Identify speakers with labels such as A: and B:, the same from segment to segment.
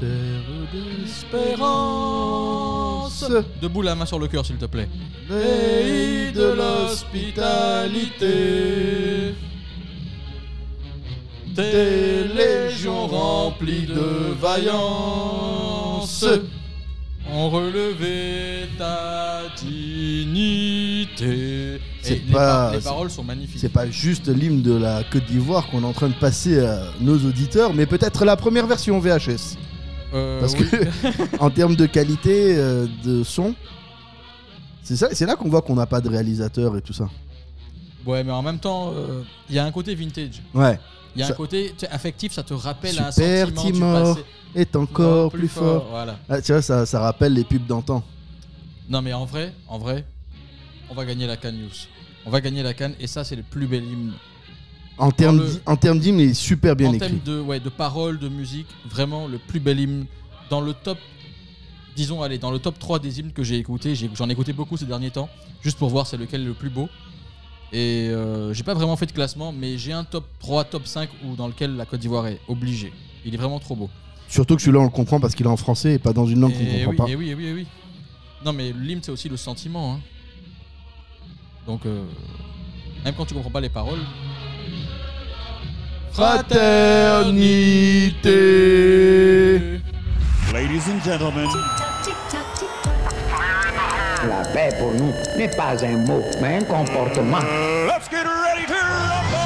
A: Terre d'espérance,
B: Debout, la main sur le cœur, s'il te plaît.
A: pays de l'hospitalité. Des légions remplies de vaillance
B: ont relevé ta dignité.
C: C'est
B: Et les
C: pas-
B: par- Les
C: c'est-
B: paroles sont magnifiques.
C: C'est pas juste l'hymne de la Côte d'Ivoire qu'on est en train de passer à nos auditeurs, mais peut-être la première version VHS.
B: Euh,
C: Parce
B: oui.
C: que, en termes de qualité euh, de son, c'est ça, c'est là qu'on voit qu'on n'a pas de réalisateur et tout ça.
B: Ouais, mais en même temps, euh, il y a un côté vintage.
C: Ouais.
B: Il y a
C: Ça-
B: un côté tu sais, affectif, ça te rappelle un
C: Super
B: sentiment
C: Timor,
B: du passé.
C: Est encore plus fort.
B: Voilà.
C: Ah, tu vois, ça, ça rappelle les pubs d'antan.
B: Non, mais en vrai, en vrai, on va gagner la Cannes Youth. On va gagner la Cannes et ça, c'est le plus bel hymne.
C: En termes
B: le-
C: d'hy- en termes d'hymne, il est super bien
B: en
C: écrit.
B: termes de, ouais, de paroles, de musique, vraiment le plus bel hymne. Dans le top, disons, allez, dans le top 3 des hymnes que j'ai écouté, j'en ai écouté beaucoup ces derniers temps, juste pour voir c'est lequel le plus beau. Et euh, j'ai pas vraiment fait de classement, mais j'ai un top 3, top 5 où, dans lequel la Côte d'Ivoire est obligée. Il est vraiment trop beau.
C: Surtout que celui-là, on le comprend parce qu'il est en français et pas dans une langue qu'on
B: et,
C: comprend
B: Eh oui,
C: pas.
B: et oui, et oui, et oui. Non, mais l'hymne, c'est aussi le sentiment. hein. Donc, euh, même quand tu comprends pas les paroles.
C: Fraternité.
D: Ladies and gentlemen,
E: La paix pour nous n'est pas un mot, mais un comportement.
D: uh, let's get ready to rumble!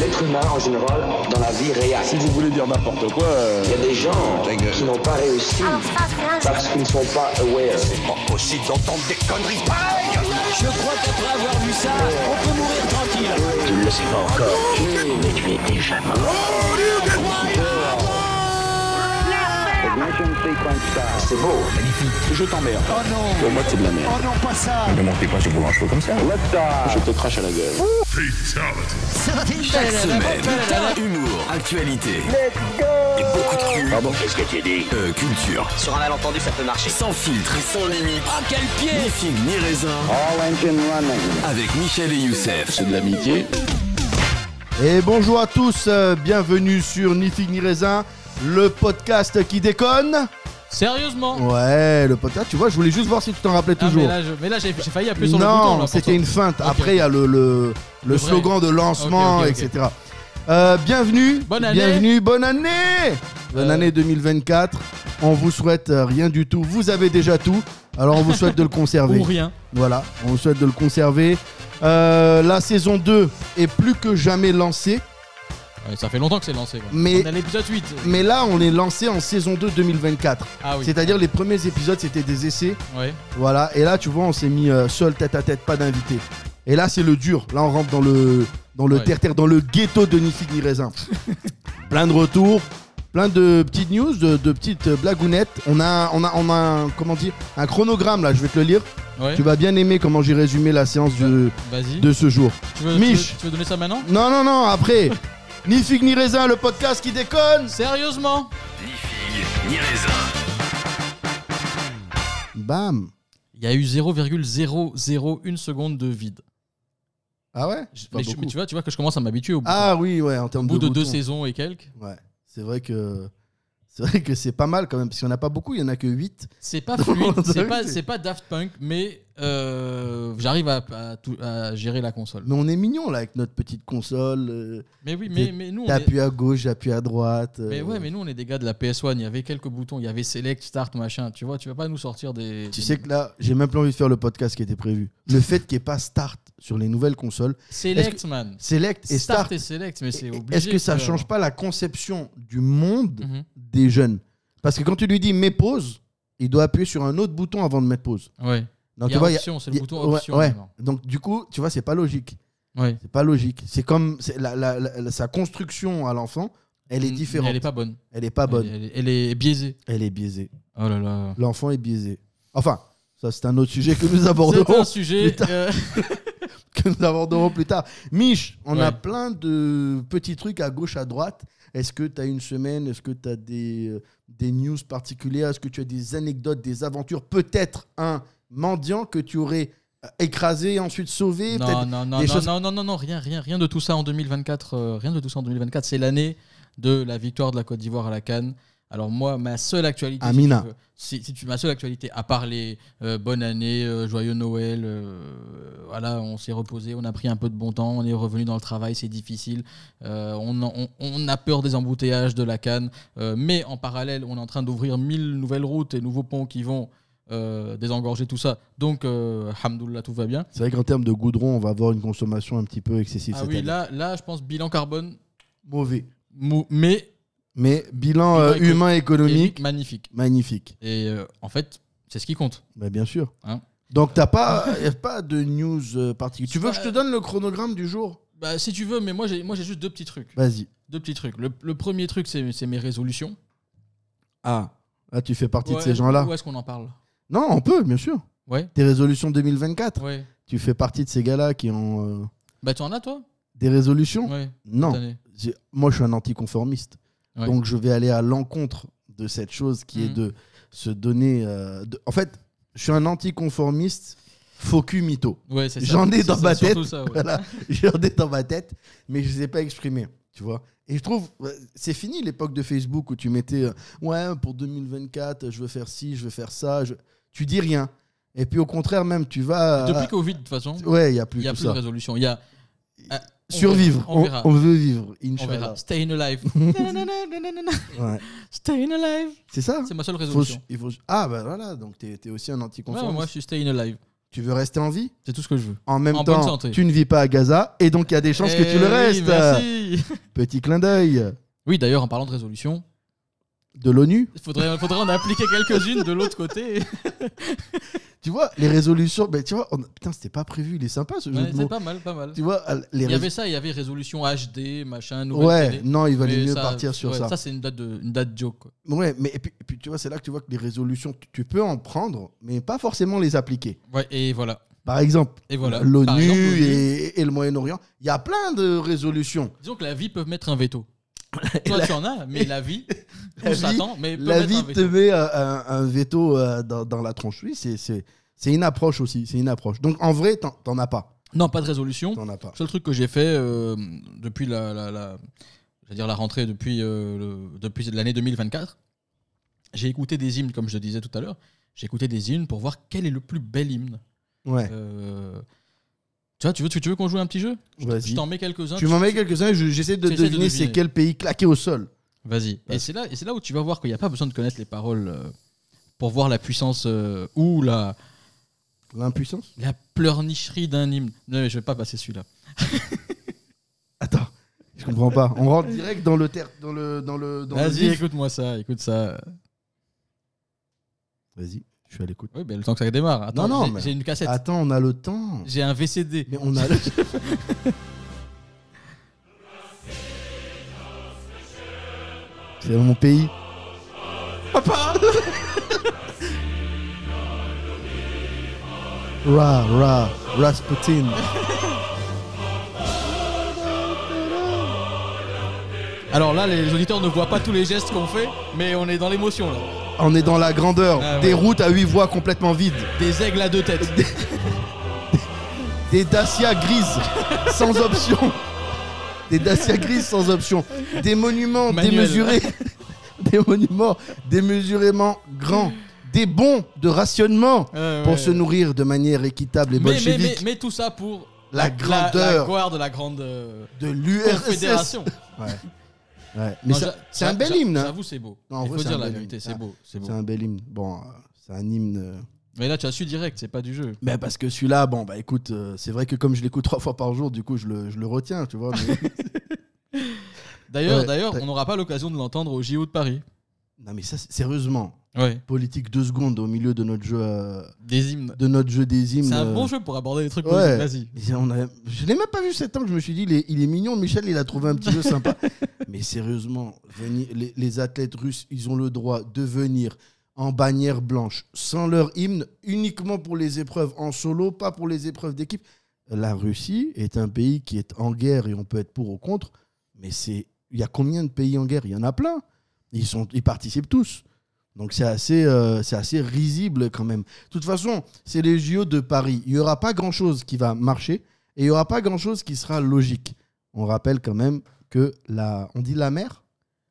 F: L'être humain en général, dans la vie réagit.
G: Si vous voulez dire n'importe quoi, euh,
F: Il y a des gens
G: Ta gueule.
F: qui n'ont pas réussi parce qu'ils ne sont pas aware. C'est beau.
G: je t'emmerde. Pour moi, c'est de la merde. Oh non, pas ça Ne montez pas sur vos cheveux comme ça. Je te crache à la gueule.
H: Chaque semaine, humour, actualité. Et beaucoup de cul. Pardon Qu'est-ce que tu dis Euh, culture. Sur un malentendu, ça peut marcher. Sans filtre et sans limite. Ah, quel pied Ni figue, ni raisin. Avec Michel et Youssef.
G: C'est de l'amitié.
C: Et bonjour à tous, euh, bienvenue sur Ni Figue Ni Raisin, le podcast qui déconne.
B: Sérieusement
C: Ouais, le podcast, tu vois, je voulais juste voir si tu t'en rappelais
B: Ah, mais
C: toujours.
B: là, je- mais là, j'ai j'ai failli appuyer sur le bouton.
C: Non,
B: là,
C: c'était
B: pourtant.
C: une feinte.
B: Ok,
C: Après, il y a le, le, le
B: Le vrai.
C: slogan de lancement,
B: Ok, ok, ok.
C: etc. Euh, bienvenue,
B: Bonne année.
C: bienvenue, bonne année, bonne
B: Euh.
C: année 2024. On vous souhaite euh, rien du tout. Vous avez déjà tout, alors on vous souhaite de le conserver.
B: Ou rien.
C: Voilà, on vous souhaite de le conserver. Euh, la saison 2 est plus que jamais lancée.
B: Ouais, ça fait longtemps que c'est lancé. quoi.
C: Mais-
B: On a l'épisode 8.
C: Mais là, on est lancé en saison 2 2024.
B: Ah oui.
C: C'est-à-dire, les premiers épisodes, c'était des essais.
B: Ouais.
C: Voilà. Et là, tu vois, on s'est mis euh, seul, tête à tête, pas d'invité. Et là, c'est le dur. Là, on rentre dans le dans le
B: Ouais.
C: terre-terre, dans le ghetto de Ni Figue Ni Raisin. plein de retours, plein de petites news, de, de petites euh, blagounettes. On a, on a, on a un, comment dire, un chronogramme, là, je vais te le lire.
B: Ouais.
C: Tu vas bien aimer comment j'ai résumé la séance de,
B: Vas-y.
C: de ce jour.
B: Tu, veux, tu
C: Mich.
B: veux- tu veux donner ça maintenant
C: Non, non, non, après. Ni Figue Ni Raisin, le podcast qui déconne.
B: Sérieusement
H: Ni figue, ni raisin.
C: Bam.
B: Il y a eu 0,001 seconde de vide.
C: Ah ouais
B: Je-
C: Pas
B: mais, je-
C: beaucoup.
B: mais tu vois, tu vois que je commence à m'habituer au bout,
C: Ah oui, ouais, en
B: au
C: termes
B: bout de, deux
C: boutons.
B: saisons et quelques.
C: Ouais, c'est vrai que c'est vrai que c'est pas mal quand même, parce qu'il n'y en a pas beaucoup, il y en a que 8.
B: C'est pas fluide, c'est
C: Oui,
B: pas,
C: c'est-
B: c'est pas Daft Punk, mais euh, j'arrive à, à tout- à gérer la console.
C: Mais on est mignon là avec notre petite console. euh,
B: Mais oui, mais, mais nous, on est-
C: T'appuies à gauche, j'appuie à droite. euh,
B: Mais ouais, mais nous on est des gars de la PS1, il y avait quelques boutons, il y avait select, start, machin, tu vois, tu vas pas nous sortir des
C: euh, Tu sais que là, j'ai même plus envie de faire le podcast qui était prévu. Le fait qu'il n'y ait pas start sur les nouvelles consoles,
B: select man.
C: select et
B: Start,
C: start.
B: et select, mais c'est obligé.
C: Est-ce que ça
B: de-
C: change pas la conception du monde
B: Mhm.
C: des jeunes Parce que quand tu lui dis mets pause, il doit appuyer sur un autre bouton avant de mettre pause.
B: Ouais.
C: Donc
B: Il y a
C: il y a-
B: option, c'est le
C: il y a-
B: bouton
C: ouais,
B: option.
C: ouais.
B: maintenant.
C: Donc du coup, tu vois, c'est pas logique.
B: Ouais.
C: C'est pas logique. C'est comme c'est la- la- la- sa construction à l'enfant, elle est
B: Mais
C: différente.
B: Mm, Elle est pas bonne.
C: pas
B: Elle,
C: bonne.
B: est- elle est biaisée.
C: Elle est biaisée.
B: Oh là là.
C: L'enfant est biaisé. Enfin, ça c'est un autre sujet que nous
B: C'est
C: aborderons,
B: un sujet.
C: Putain.
B: euh,
C: que nous aborderons plus tard. Mich, on a
B: Ouais.
C: plein de petits trucs à gauche, à droite. Est-ce que tu as une semaine Est-ce que tu as des, euh, des news particulières Est-ce que tu as des anecdotes, des aventures Peut-être un mendiant que tu aurais euh, écrasé et ensuite sauvé
B: non,
C: peut-être-
B: non, non,
C: des
B: non,
C: choses-
B: non, non, non, non, rien, rien, rien de tout ça en 2024. euh, rien de tout ça en 2024. C'est l'année de la victoire de la Côte d'Ivoire à la Cannes. Alors moi, ma seule actualité, si
C: Amina.
B: tu veux- si, si tu- ma seule actualité, à part les euh, bonne année, euh, joyeux Noël, euh, voilà, on s'est reposé, on a pris un peu de bon temps, on est revenu dans le travail, c'est difficile, euh, on, en- on- on a peur des embouteillages de la Cannes, euh, mais en parallèle, on est en train d'ouvrir 1000 nouvelles routes et nouveaux ponts qui vont euh, désengorger tout ça. Donc, euh, hamdoullah, tout va bien.
C: C'est vrai qu'en termes de goudron, on va avoir une consommation un petit peu excessive
B: Ah
C: cette
B: oui,
C: année.
B: là, là, je pense bilan carbone,
C: Mauvais.
B: mou- mais
C: Mais bilan euh,
B: éco-
C: humain économique,
B: magnifique.
C: magnifique.
B: Et euh, en fait, c'est ce qui compte.
C: Bah, bien sûr.
B: Hein.
C: Donc t'as pas, y a pas de news euh, particulière. Tu veux que je te
B: Ouais.
C: donne le chronogramme du jour
B: Bah, si tu veux, mais moi j'ai moi j'ai juste deux petits trucs.
C: Vas-y.
B: Deux petits trucs. Le, le premier truc, c'est c'est mes résolutions.
C: Ah, là tu fais partie de
B: Ouais,
C: ces gens-là.
B: Où est-ce qu'on en parle
C: Non, on peut, bien sûr.
B: Ouais.
C: Tes résolutions 2024.
B: Ouais.
C: Tu fais partie de ces gars-là qui ont euh,
B: Bah, tu en as toi
C: des résolutions
B: Ouais.
C: Non.
B: cette année.
C: J'ai- moi je suis un anticonformiste.
B: Ouais.
C: Donc je vais aller à l'encontre de cette chose qui est
B: Mhm.
C: de se donner. euh, de- En fait, je suis un anticonformiste focus mytho.
B: Ouais, c'est ça.
C: J'en ai
B: C'est
C: dans
B: ça,
C: ma
B: surtout
C: tête.
B: ça, ouais.
C: Voilà, j'en ai dans ma tête, mais je ne les ai pas exprimés. Tu vois et je trouve, euh, c'est fini l'époque de Facebook où tu mettais euh, Ouais, pour 2024, je veux faire ci, je veux faire ça. Je... Tu dis rien. Et puis au contraire, même, tu vas. euh,
B: Depuis Covid, de toute façon,
C: Ouais, il n'y a
B: il
C: plus
B: n'y a
C: tout
B: plus
C: ça.
B: de résolution. Il y a. Ah, on
C: Survivre.
B: verra,
C: On,
B: On verra.
C: on veut vivre,
B: On
C: Inch'Allah.
B: verra. Staying alive. Nanana, nanana,
C: Ouais.
B: Staying alive.
C: C'est ça hein
B: C'est ma seule
C: Faut-
B: résolution.
C: il faut- Ah, bah voilà, donc t'es es aussi un
B: Ouais,
C: anticonformiste.
B: moi, je suis staying alive.
C: Tu veux rester en vie
B: C'est tout ce que je veux.
C: En même
B: En bonne
C: temps,
B: santé.
C: tu ne vis pas à Gaza, et donc il y a des chances que
B: Eh
C: tu le
B: oui,
C: restes.
B: merci.
C: Petit clin d'œil
B: Oui, d'ailleurs, en parlant de résolution,
C: de l'ONU.
B: il faudrait, faudrait en appliquer quelques-unes de l'autre côté.
C: Tu vois, les résolutions, ben, tu vois, on- putain, c'était pas prévu, il est sympa ce jeu
B: Ouais,
C: de
B: c'est
C: mots.
B: pas mal, pas mal.
C: Tu vois, les
B: Il y
C: rés-
B: avait ça, il y avait résolution HD, machin, nouvelle
C: Ouais,
B: télé.
C: non, il valait
B: Mais
C: mieux
B: ça,
C: partir sur
B: ouais,
C: ça.
B: Ça, c'est une date de une date joke. quoi.
C: Ouais, mais et puis, et puis, tu vois, c'est là que tu vois que les résolutions, tu, tu peux en prendre, mais pas forcément les appliquer.
B: Ouais, et voilà.
C: Par exemple,
B: Et voilà. Par
C: l'ONU
B: exemple, l'ONU.
C: et, et le Moyen-Orient, il y a plein de résolutions.
B: Disons que la vie peut mettre un veto. Toi, tu en as, mais la vie,
C: la
B: on s'attend, mais peut
C: La
B: mettre
C: vie
B: un
C: te
B: veto.
C: met euh, un, un veto euh, dans, dans la tronche. Oui, c'est- c'est c'est une approche aussi, c'est une approche. Donc en vrai, t'en- t'en as pas.
B: Non, pas de résolution.
C: T'en as pas.
B: Le seul truc que j'ai fait euh, depuis la, la, la- j'allais dire la rentrée, depuis, euh, le- depuis l'année 2024, j'ai écouté des hymnes, comme je te disais tout à l'heure. J'ai écouté des hymnes pour voir quel est le plus bel hymne.
C: Ouais,
B: Euh, tu vois, tu veux, tu veux qu'on joue à un petit jeu Je t-
C: Vas-y.
B: Je t'en mets quelques-uns.
C: tu m'en mets quelques-uns, je- j'essaie de
B: J'essaie de
C: deviner c'est
B: deviner.
C: quel pays claqué au sol.
B: Vas-y.
C: Vas-y.
B: Et c'est là, et c'est là où tu vas voir qu'il n'y a pas besoin de connaître les paroles euh, pour voir la puissance euh, ou la,
C: L'impuissance
B: la pleurnicherie d'un hymne. Non, mais je vais pas passer celui-là.
C: Attends, je comprends pas. On rentre direct dans le terre, dans le dans le dans le
B: Vas-y,
C: vif.
B: écoute-moi ça, écoute ça.
C: Vas-y, je suis à l'écoute.
B: Oui, ben, le temps que ça démarre. Attends,
C: Non, non,
B: j'ai-
C: mais-
B: j'ai une cassette.
C: Attends, on a le temps.
B: J'ai un VCD.
C: Mais on a le C'est mon pays.
B: Ah,
C: Papa Ra, Ra, Rasputin.
B: Alors là, les auditeurs ne voient pas tous les gestes qu'on fait, mais on est dans l'émotion là.
C: On est dans la grandeur.
B: Ah ouais.
C: Des routes à huit voies complètement vides.
B: Des aigles à deux têtes.
C: Des Dacia grises sans option. Des Dacia grises sans option. Des monuments
B: Manuel.
C: démesurés. Des monuments démesurément grands. Des bons de rationnement
B: Ouais,
C: pour
B: ouais.
C: se nourrir de manière équitable et
B: mais, mais, mais,
C: bolchevique
B: mais tout ça pour
C: La
B: la,
C: grandeur.
B: gloire de la grande euh,
C: de l'URSS.
B: confédération.
C: Ouais. Ouais. Mais
B: Non,
C: ça-
B: j'a-
C: c'est un
B: j'a-
C: bel
B: j'a-
C: hymne. hein.
B: J'avoue, c'est beau.
C: Non, en
B: Il
C: vrai,
B: faut
C: c'est
B: dire
C: un
B: la
C: bel
B: vérité,
C: hymne. Ah,
B: c'est beau, c'est beau.
C: C'est un bel hymne. Bon, euh, c'est un hymne. euh,
B: Mais là, tu as su direct, c'est pas du jeu.
C: Ben parce que celui-là, bon, bah écoute, euh, c'est vrai que comme je l'écoute trois fois par jour, du coup, je le, je le retiens, tu vois. mais-
B: D'ailleurs,
C: Ouais,
B: d'ailleurs,
C: t'as-
B: on n'aura pas l'occasion de l'entendre au JO de Paris.
C: non, mais ça, c'est- sérieusement,
B: Ouais.
C: politique deux secondes au milieu de notre jeu, euh,
B: Des hymnes.
C: de notre jeu des hymnes.
B: C'est un
C: euh,
B: bon jeu pour aborder les trucs.
C: Ouais.
B: politiques, Vas-y.
C: Et on a- Je l'ai même pas vu cet temps, je me suis dit, il est, il est mignon, Michel, il a trouvé un petit jeu sympa. Mais sérieusement, venir- les, les athlètes russes, ils ont le droit de venir en bannière blanche, sans leur hymne, uniquement pour les épreuves en solo, pas pour les épreuves d'équipe. La Russie est un pays qui est en guerre et on peut être pour ou contre, mais c'est il y a combien de pays en guerre Il y en a plein. Ils, sont, ils participent tous. Donc c'est assez, euh, c'est assez risible quand même. De toute façon, c'est les JO de Paris. Il n'y aura pas grand-chose qui va marcher et il n'y aura pas grand-chose qui sera logique. On rappelle quand même que la... On dit la mer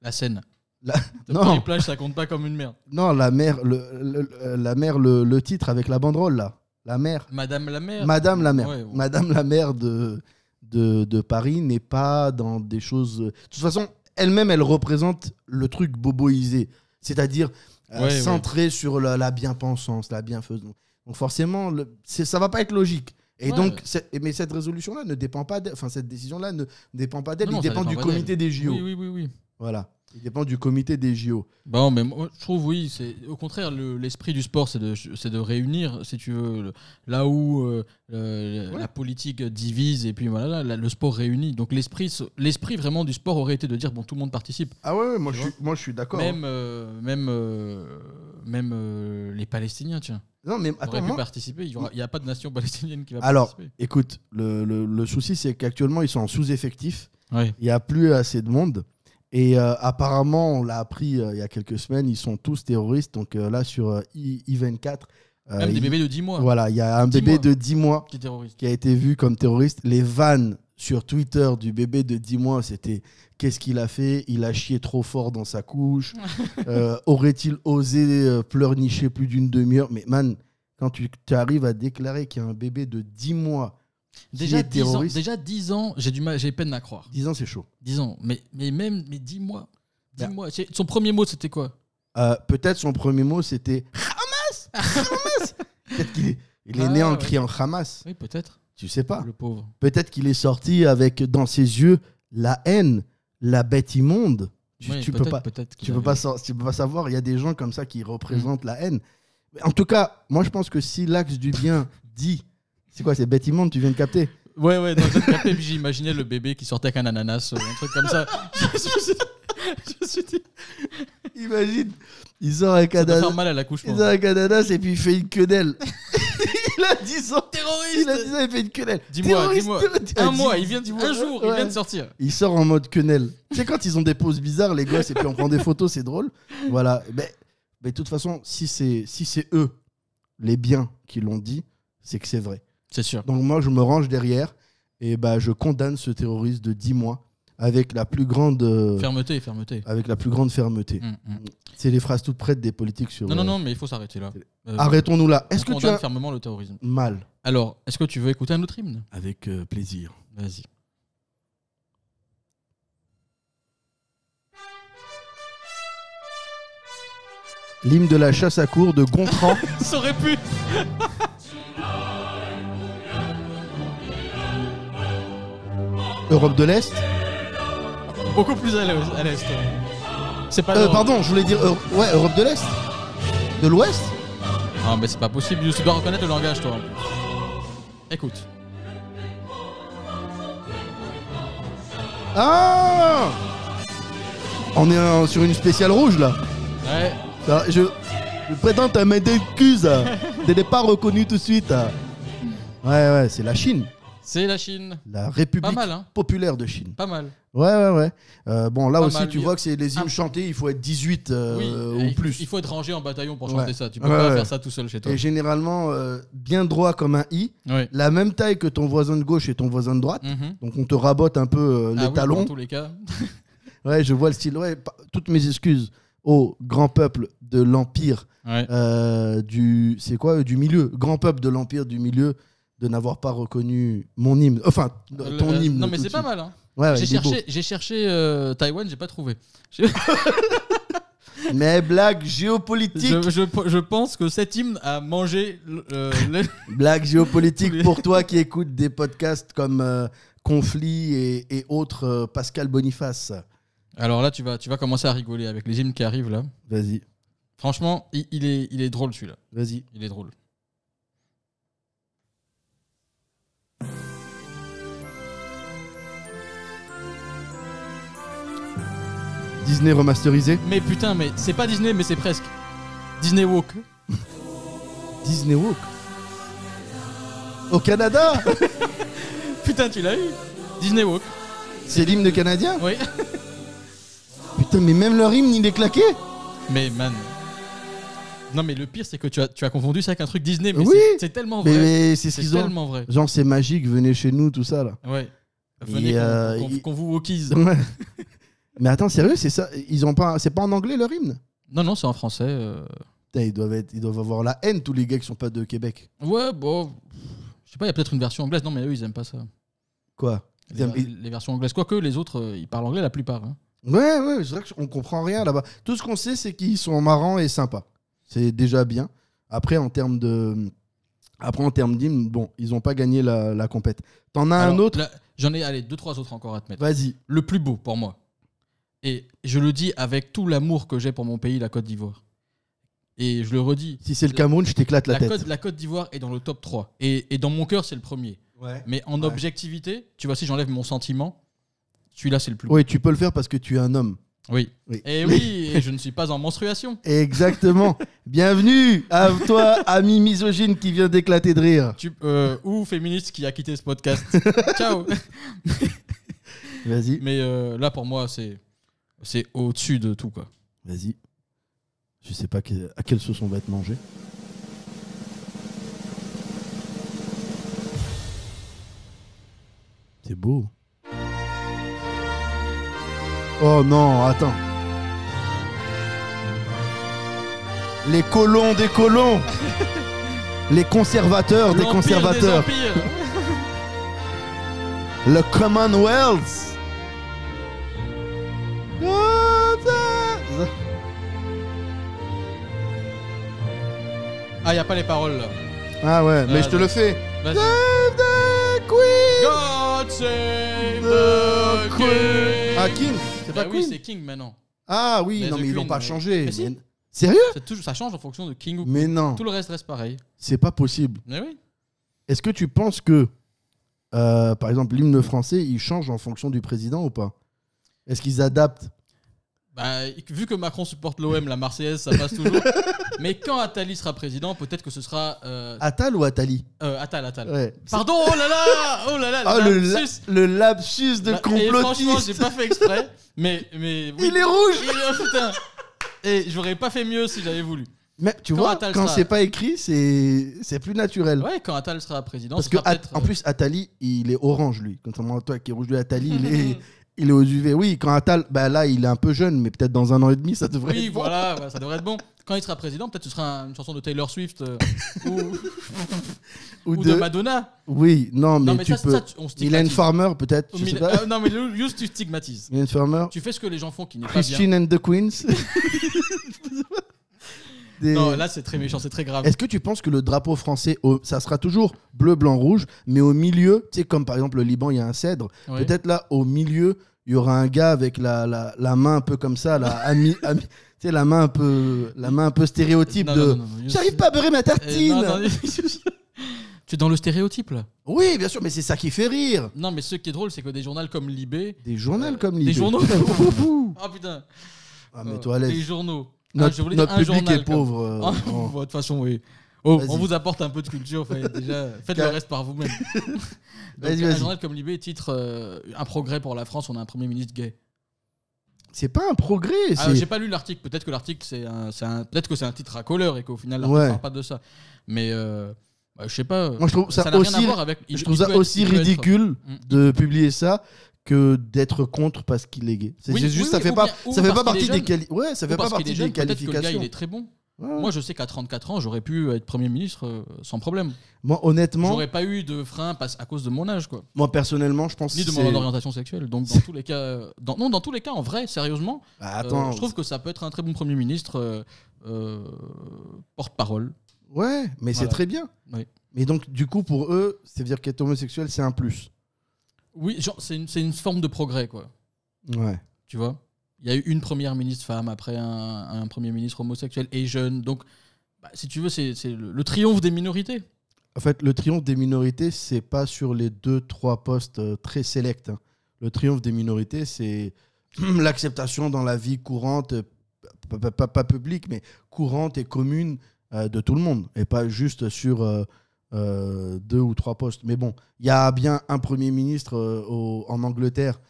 B: La Seine.
C: La-
B: T'as
C: Non.
B: pas Les plages, ça compte pas comme une mer.
C: Non, la mère, le, le- le- la mère, le, le titre avec la banderole là. La mère.
B: Madame la mer.
C: Madame la mère.
B: Ouais, bon.
C: Madame la mère de, de, de Paris n'est pas dans des choses. De toute façon, elle-même, elle représente le truc boboisé. C'est-à-dire euh,
B: Ouais, ouais.
C: centré sur la, la bien-pensance, la bienfaisance. Donc forcément, le, c'est- ça va pas être logique. Et
B: Ouais.
C: donc, c'est- mais cette résolution-là ne dépend pas d'elle. Enfin, cette décision-là ne dépend pas d'elle.
B: Non,
C: Il
B: non, ça
C: dépend du
B: pas
C: comité
B: d'elle.
C: des JO.
B: Oui, oui, oui. oui.
C: Voilà. Il dépend du comité des JO.
B: Bon, Bah mais moi, je trouve, oui, c'est au contraire, le- l'esprit du sport, c'est de, c'est de réunir, si tu veux, le- là où euh, euh,
C: Ouais.
B: la politique divise, et puis voilà, là, là, le sport réunit. Donc l'esprit ce- l'esprit vraiment du sport aurait été de dire, bon, tout le monde participe.
C: Ah ouais, ouais, moi,
B: Tu
C: je suis, moi je suis d'accord.
B: Même, euh, même, euh, même euh, les Palestiniens, tiens,
C: Non, mais
B: auraient
C: attends,
B: pu
C: moi-
B: participer. Il n'y a pas de nation palestinienne qui va
C: Alors,
B: participer.
C: écoute, le, le- le souci, c'est qu'actuellement, ils sont en sous-effectif.
B: Ouais.
C: Il n'y a plus assez de monde. Et euh, apparemment, on l'a appris euh, il y a quelques semaines, ils sont tous terroristes. Donc euh, là, sur euh, I- I24, euh,
B: Même des
C: il-
B: bébés de 10 mois
C: Voilà, il y a un
B: 10
C: bébé
B: mois.
C: de 10 mois
B: qui terrorisent.
C: qui a été vu comme terroriste. Les vannes sur Twitter du bébé de 10 mois, c'était qu'est-ce qu'il a fait Il a chié trop fort dans sa couche. Euh, Aurait-il osé euh, pleurnicher plus d'une demi-heure Mais man, quand tu, tu arrives à déclarer qu'il y a un bébé de 10 mois qui
B: Déjà
C: est
B: 10 ans,
C: terroriste,
B: déjà 10 ans, j'ai du mal, j'ai peine à croire.
C: 10 ans, c'est chaud.
B: 10 ans, mais, mais même, mais dis-moi,
C: Ben.
B: dis-moi, c'est- son premier mot c'était quoi
C: Euh, Peut-être son premier mot, c'était Hamas Hamas Peut-être qu'il est, il est
B: Ah,
C: né en
B: ouais.
C: criant Hamas.
B: Oui, peut-être,
C: Tu sais pas.
B: le pauvre.
C: Peut-être qu'il est sorti avec dans ses yeux la haine, la bête immonde. Tu,
B: Oui,
C: tu peux
B: peut-être-
C: pas.
B: peut-être Mm. qu'il
C: Tu peux
B: avait-
C: pas, sa- tu peux pas savoir, il y a des gens comme ça qui représentent la haine. Mais En tout cas, moi je pense que si l'axe du bien dit, c'est quoi, c'est bête immonde, tu viens de capter
B: Ouais, ouais, non, j'ai capté, puis j'imaginais le bébé qui sortait avec un ananas, euh, un truc comme ça. je me suis dit- je me suis dit,
C: Imagine, il sort avec un
B: ça doit faire
C: ananas,
B: mal à
C: il
B: l'accouchement.
C: sort avec un ananas et puis il fait une queue d'elle. il a 10 ans, il a 10
B: Terroriste
C: ans, il fait une queue d'elle.
B: Dis-moi,
C: Terroriste,
B: dis-moi,
C: terroriste.
B: un
C: Dis-
B: mois, il vient, un jour, il
C: Ouais.
B: vient de sortir.
C: Il sort en mode quenelle. Tu sais, quand ils ont des poses bizarres, les gosses, et puis on prend des photos, c'est drôle. Voilà. Mais, mais de toute façon, si c'est si c'est eux, les biens, qui l'ont dit, c'est que c'est vrai.
B: C'est sûr.
C: Donc moi, je me range derrière et bah, je condamne ce terroriste de 10 mois avec la plus grande, euh,
B: Fermeté, fermeté.
C: avec la plus grande fermeté.
B: Hum, hum.
C: C'est les phrases toutes prêtes des politiques sur...
B: Non, non,
C: euh,
B: non, mais il faut s'arrêter là. Euh,
C: Arrêtons-nous là.
B: on
C: Est-ce que tu
B: condamne
C: as...
B: fermement le terrorisme.
C: Mal.
B: Alors, est-ce que tu veux écouter un autre hymne
C: Avec euh, plaisir.
B: Vas-y.
C: L'hymne de la chasse à cour de Gontran.
B: Ça aurait pu
C: Europe de l'Est.
B: Beaucoup plus à l'aise. à l'aise, toi. C'est pas
C: Euh,
B: l'Europe.
C: pardon, je voulais dire... Euro- Ouais, Europe de l'Est. De l'Ouest
B: Ah, mais c'est pas possible, tu dois reconnaître le langage, toi. en plus. Écoute.
C: Ah On est euh, sur une spéciale rouge là.
B: Ouais.
C: Ça, je, je prétends à mes excuses euh, de ne pas reconnu tout de suite. euh. Ouais, ouais, c'est la Chine.
B: C'est la Chine.
C: La
B: Pas
C: République
B: mal, hein.
C: populaire de Chine.
B: Pas mal.
C: Ouais, ouais, ouais. Euh, bon, là
B: Pas
C: aussi,
B: mal,
C: tu
B: il y a-
C: vois que c'est les hymnes
B: Ah.
C: chantés, il faut être 18
B: Oui,
C: euh,
B: et
C: ou
B: il-
C: plus.
B: Il faut être rangé en bataillon pour
C: Ouais.
B: chanter ça. Tu peux
C: Ouais,
B: pas
C: ouais.
B: faire ça tout seul chez toi.
C: Et généralement, euh, bien droit comme un i,
B: Oui.
C: la même taille que ton voisin de gauche et ton voisin de droite.
B: Mhm.
C: Donc, on te rabote un peu euh, les
B: Ah oui,
C: talons.
B: Dans tous les cas.
C: Ouais, je vois le style. Ouais, pa- toutes mes excuses au grand peuple de l'Empire
B: Ouais.
C: euh, du. C'est quoi euh, Du milieu. Grand peuple de l'Empire du milieu de n'avoir pas reconnu mon hymne. Enfin,
B: Le-
C: ton
B: euh,
C: hymne.
B: Non, mais
C: tout de
B: c'est pas
C: suite.
B: mal, hein.
C: Ouais, ouais,
B: j'ai
C: il est beau.
B: cherché, j'ai cherché euh, Taïwan, j'ai pas trouvé.
C: Mes blagues
B: Je,
C: géopolitiques.
B: je- je pense que cet hymne a mangé le- euh, le-
C: Blagues géopolitiques
B: Oui.
C: pour toi qui écoutes des podcasts comme euh, Conflit et, et autres euh, Pascal Boniface.
B: Alors là, tu vas, tu vas commencer à rigoler avec les hymnes qui arrivent là.
C: Vas-y,
B: Franchement, il, il est, il est drôle celui-là.
C: vas-y.
B: Il est drôle.
C: Disney remasterisé.
B: Mais putain, mais c'est pas Disney, mais c'est presque. Disney Walk.
C: Disney Walk. Au Canada
B: Putain, tu l'as eu Disney Walk.
C: C'est l'hymne canadien
B: Oui.
C: Putain, mais même leur hymne, il est claqué
B: Mais man. Non, mais le pire, c'est que tu as, tu as confondu ça avec un truc Disney, mais
C: Oui.
B: c'est- c'est tellement
C: Mais,
B: vrai.
C: mais c'est ce
B: c'est
C: qu'ils ont.
B: tellement vrai.
C: Genre, c'est magique, venez chez nous, tout ça, là.
B: Ouais.
C: Et,
B: Venez qu'on-
C: euh,
B: qu'on
C: il-
B: qu'on vous walkise.
C: Ouais. Mais attends, sérieux, c'est ça Ils ont pas, c'est pas en anglais leur hymne
B: Non, non, c'est en français. euh.
C: Putain, ils doivent être, ils doivent avoir la haine tous les gars qui sont pas de Québec.
B: Ouais, bon. Je sais pas, il y a peut-être une version anglaise. Non, mais eux, ils aiment pas ça.
C: Quoi Ils
B: Les,
C: aiment- ils-
B: les versions anglaises. Quoique les autres, euh, ils parlent anglais la plupart. hein.
C: Ouais, ouais, c'est vrai qu'on comprend rien là-bas. Tout ce qu'on sait, c'est qu'ils sont marrants et sympas. C'est déjà bien. Après, en termes de. Après, en termes d'hymne, bon, ils n'ont pas gagné la, la compète. T'en as Ah, un
B: Alors,
C: autre
B: là, J'en ai, allez, deux, trois autres encore à te mettre.
C: Vas-y.
B: le plus beau pour moi. Et je le dis avec tout l'amour que j'ai pour mon pays, la Côte d'Ivoire. Et je le redis.
C: Si c'est le Cameroun, je t'éclate la,
B: La
C: tête.
B: Côte, la Côte d'Ivoire est dans le top 3. Et, et dans mon cœur, c'est le premier.
C: Ouais.
B: Mais en
C: Ouais.
B: objectivité, tu vois, si j'enlève mon sentiment, celui-là, c'est le plus beau.
C: Oui, tu peux le faire parce que tu es un homme.
B: Oui.
C: Oui.
B: Et oui, et je ne suis pas en menstruation.
C: Exactement. Bienvenue à toi, ami misogyne qui vient d'éclater de rire.
B: Tu, euh, ou féministe qui a quitté ce podcast. Ciao.
C: Vas-y,
B: Mais euh, là, pour moi, c'est c'est au-dessus de tout. quoi.
C: vas-y. Je sais pas que- à quelle sauce on va être mangé. C'est beau. Oh non, attends. Les colons des colons. Les conservateurs des
B: L'empire
C: conservateurs.
B: empires.
C: Le Commonwealth.
B: Ah, il a pas les paroles là.
C: Ah ouais, mais
B: Ah,
C: je te le
B: d'accord.
C: fais.
B: Vas-y.
C: Save the Queen.
B: God save the Queen.
C: Ah, King C'est
B: Bah
C: pas
B: oui,
C: Queen
B: Euh, c'est King maintenant.
C: Ah oui,
B: Mais
C: non
B: The
C: mais ils l'ont
B: Queen,
C: pas
B: mais-
C: changé.
B: Mais si.
C: mais- Sérieux
B: C'est toujours, ça change en fonction de King ou
C: Mais non,
B: Tout le reste reste pareil.
C: c'est pas possible.
B: Mais oui.
C: Est-ce que tu penses que, euh, par exemple, l'hymne français, il change en fonction du président ou pas Est-ce qu'ils adaptent
B: Bah, vu que Macron supporte l'OM, la Marseillaise, ça passe toujours. Mais quand Attali sera président, peut-être que ce sera euh,
C: Attal ou Attali
B: euh, Attal, Attal.
C: Ah. Ouais.
B: Pardon, oh là là, oh là là,
C: Ah, le,
B: le
C: la-
B: lapsus.
C: le lapsus de
B: Bah, et Franchement, j'ai
C: complotiste
B: pas fait exprès, mais mais oui.
C: Il est rouge
B: Il est- oh, putain. Et j'aurais pas fait mieux si j'avais voulu.
C: Mais tu
B: Quand
C: vois,
B: Attal
C: quand
B: sera-
C: c'est pas écrit, c'est c'est plus naturel.
B: Ouais, quand Attal sera président,
C: Parce
B: ce
C: que,
B: sera
C: At-
B: peut-être,
C: en
B: euh,
C: plus, Attali, il est orange, lui. Contrairement à toi qui est rouge, lui, Attali, il est, il est aux UV. Oui, quand Attal, bah là, il est un peu jeune, mais peut-être dans un an et demi, ça devrait
B: Oui,
C: être bon.
B: voilà, ouais, ça devrait être bon. Quand il sera président, peut-être ce sera un- une chanson de Taylor Swift euh, ou,
C: Ou
B: ou
C: de-
B: de Madonna.
C: Oui, non, mais,
B: non, mais
C: tu
B: ça,
C: peux.
B: ça, tu- on stigmatise.
C: Mylène Farmer, peut-être.
B: Oh,
C: Je sais
B: Mylène-
C: pas.
B: euh, non, mais le- juste tu stigmatises.
C: Mylène Farmer.
B: Tu fais ce que les gens font qui n'est pas bien.
C: Christine and the Queens. Des-
B: Non, là c'est très méchant, c'est très grave.
C: Est-ce que tu penses que le drapeau français, au- ça sera toujours bleu, blanc, rouge, mais au milieu, tu sais, comme par exemple le Liban, il y a un cèdre.
B: Ouais.
C: Peut-être là, au milieu, il y aura un gars avec la, la, la main un peu comme ça, la, ami, ami- tu sais, la, main un peu, la main un peu stéréotype
B: Non,
C: de.
B: non, non, non, non,
C: J'arrive pas à beurrer ma
B: Eh,
C: tartine
B: non, non, tu es dans le stéréotype là.
C: Oui, bien sûr, mais c'est ça qui fait rire
B: Non, mais ce qui est drôle, c'est que des journaux comme Libé.
C: Des journaux
B: Euh,
C: comme
B: des
C: l'idée.
B: journaux.
C: journaux
B: Ah putain.
C: Ah,
B: Euh,
C: mets-toi à l'aise.
B: Des journaux. Ah, je
C: Notre,
B: voulais dire
C: notre
B: un
C: public
B: journal,
C: est
B: comme-
C: pauvre. euh,
B: Ah,
C: en-
B: bon, de toute façon, oui. Oh,
C: Vas-y.
B: on vous apporte un peu de culture, fait, déjà, faites le
C: Car-
B: reste par vous-même. Donc,
C: Vas-y,
B: un
C: vas-y.
B: journal comme Libé titre euh, Un progrès pour la France, on a un Premier ministre gay.
C: C'est pas un progrès.
B: Ah,
C: c'est-
B: J'ai pas lu l'article, peut-être que l'article, c'est un, c'est un- peut-être que c'est un titre racoleur et qu'au final, l'article
C: Ouais.
B: parle pas de ça. Mais euh, bah, je sais pas.
C: Moi, je trouve ça,
B: n'a rien à
C: aussi,
B: voir avec. il-
C: je
B: il
C: trouve ça
B: peut être-
C: aussi
B: il peut être-
C: ridicule
B: Mm.
C: de publier ça que d'être contre parce qu'il est gay. C'est
B: Oui,
C: c'est
B: oui,
C: juste,
B: oui,
C: ça fait
B: ou
C: pas,
B: bien- ou
C: ça fait pas
B: parce qu'il
C: partie
B: est
C: des
B: jeune.
C: quali- Ouais, ça fait pas
B: Ou parce qu'il
C: partie
B: est
C: des
B: jeune, peut-être que le gars,
C: qualifications.
B: il est très bon.
C: Ouais.
B: Moi, je sais qu'à 34 ans, j'aurais pu être Premier ministre euh, sans problème.
C: Moi, honnêtement,
B: J'aurais pas eu de frein parce- à cause de mon âge, quoi.
C: moi personnellement, je pense.
B: ni de
C: c'est-
B: mon orientation sexuelle. Donc dans tous les cas, euh, dans, non, dans tous les cas, en vrai, sérieusement,
C: Ah,
B: euh,
C: Attends,
B: je trouve que ça peut être un très bon premier ministre euh, euh, porte-parole.
C: ouais, mais c'est
B: Voilà.
C: très bien.
B: Oui.
C: Mais donc, du coup, pour eux, c'est-à-dire qu'être homosexuel, c'est un plus.
B: Oui, genre, c'est une, c'est une forme de progrès, quoi.
C: Ouais.
B: Tu vois Il y a eu une première ministre femme, après un, un premier ministre homosexuel et jeune. Donc, bah, si tu veux, c'est c'est le, le triomphe des minorités.
C: En fait, le triomphe des minorités, c'est pas sur les deux, trois postes euh, très sélects. hein. Le triomphe des minorités, c'est l'acceptation dans la vie courante, euh, pas, pas- pas- pas publique, mais courante et commune euh, de tout le monde, et pas juste sur euh, euh, deux ou trois postes. Mais bon, il y a bien un Premier ministre euh, au- en Angleterre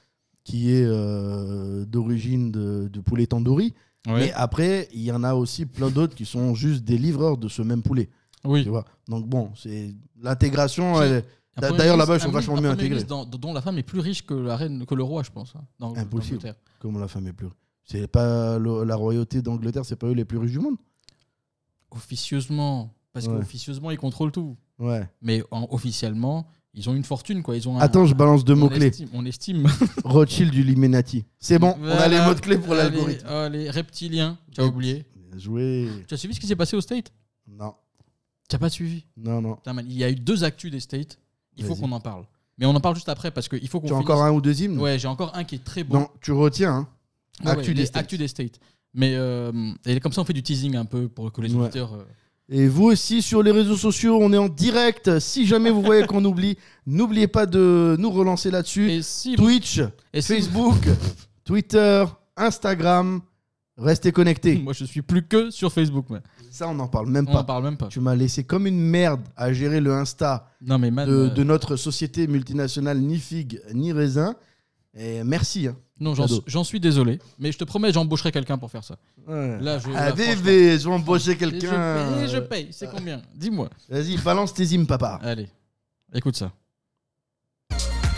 C: qui est euh, d'origine de, de poulet tandoori, mais après, il y en a aussi plein d'autres qui sont juste des livreurs de ce même poulet.
B: Oui.
C: Tu vois. Donc bon, c'est l'intégration.
B: Qui-
C: Elle,
B: Un premier
C: D'ailleurs, là-bas, ils
B: ministre- un
C: sont
B: ministre-
C: vachement
B: un
C: bien
B: premier
C: intégrés.
B: ministre dont- dont la femme est plus riche que la reine, que le roi, je pense. hein, dans- dans
C: Impossible.
B: l'Angleterre.
C: Comment la femme est plus C'est pas le- la royauté d'Angleterre, c'est pas eux les plus riches du monde.
B: Officieusement, parce
C: Ouais.
B: qu'officieusement, ils contrôlent tout.
C: Ouais.
B: Mais en- officiellement, ils ont une fortune, quoi. Ils ont un-
C: Attends, je balance deux
B: on
C: mots-clés.
B: estime- On estime.
C: Rothschild du Limenati. C'est bon, on a les mots clés pour
B: Allez,
C: l'algorithme.
B: Allez, reptilien, tu as oublié.
C: Bien joué.
B: Tu as suivi ce qui s'est passé au State
C: Non,
B: Tu n'as pas suivi.
C: non, non.
B: Putain, man, Il y a eu deux actus des States. Il faut
C: Vas-y.
B: qu'on en parle. Mais on en parle juste après parce qu'il faut qu'on.
C: Tu as encore un ou deux hymnes
B: Ouais, j'ai encore un qui est très bon.
C: Non, tu retiens. hein.
B: Ouais,
C: Actu
B: ouais,
C: des
B: les
C: States.
B: actus des States. Mais euh, et comme ça, on fait du teasing un peu pour que les
C: Ouais.
B: auditeurs. euh,
C: Et vous aussi sur les réseaux sociaux, on est en direct. Si jamais vous voyez qu'on oublie, n'oubliez pas de nous relancer là-dessus.
B: Et si.
C: Twitch,
B: et si-
C: Facebook, Twitter, Instagram. Restez connectés.
B: Moi, je suis plus que sur Facebook. ouais.
C: Ça, on n'en parle même
B: On
C: pas.
B: n'en parle même pas.
C: Tu m'as laissé comme une merde à gérer le Insta
B: Non, mais man.
C: de,
B: euh,
C: de notre société multinationale, ni figue, ni raisin. Et merci. Hein.
B: Non, j'en
C: Cadeau.
B: j'en suis désolé. Mais je te promets, j'embaucherai quelqu'un pour faire ça.
C: Ouais.
B: Là, je.
C: Ah,
B: là, franchement-
C: bébé, je vais embaucher quelqu'un.
B: Et je paye, et je paye. c'est combien Dis-moi.
C: Vas-y, balance tes hymnes, papa.
B: Allez, écoute ça.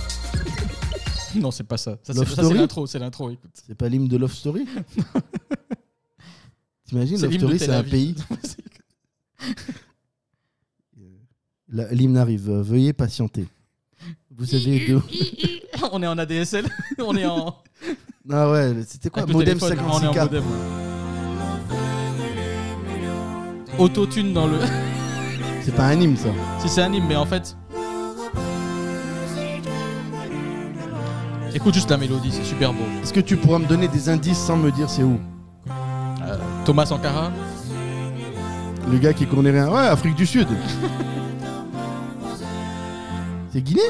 B: Non, c'est pas ça. Ça, c'est
C: Love
B: ça, c'est
C: Story
B: l'intro, c'est l'intro, écoute.
C: C'est pas l'hymne de Love Story T'imagines, Love
B: l'hymne
C: Story,
B: de Tel
C: c'est un pays.
B: Aviv.
C: La- L'hymne arrive, euh, veuillez patienter. Vous savez de...
B: on est en ADSL, on est en.
C: Ah ouais, c'était quoi
B: avec le
C: Modem
B: téléphone, hein. on est en
C: 56K.
B: modem. Autotune dans le.
C: C'est pas un hymne, ça.
B: si c'est un hymne, mais en fait. Écoute juste la mélodie, c'est super beau.
C: Est-ce que tu pourras me donner des indices sans me dire c'est où
B: Euh, Thomas Sankara,
C: Le gars qui connaît rien. Ouais, Afrique du Sud. c'est Guinée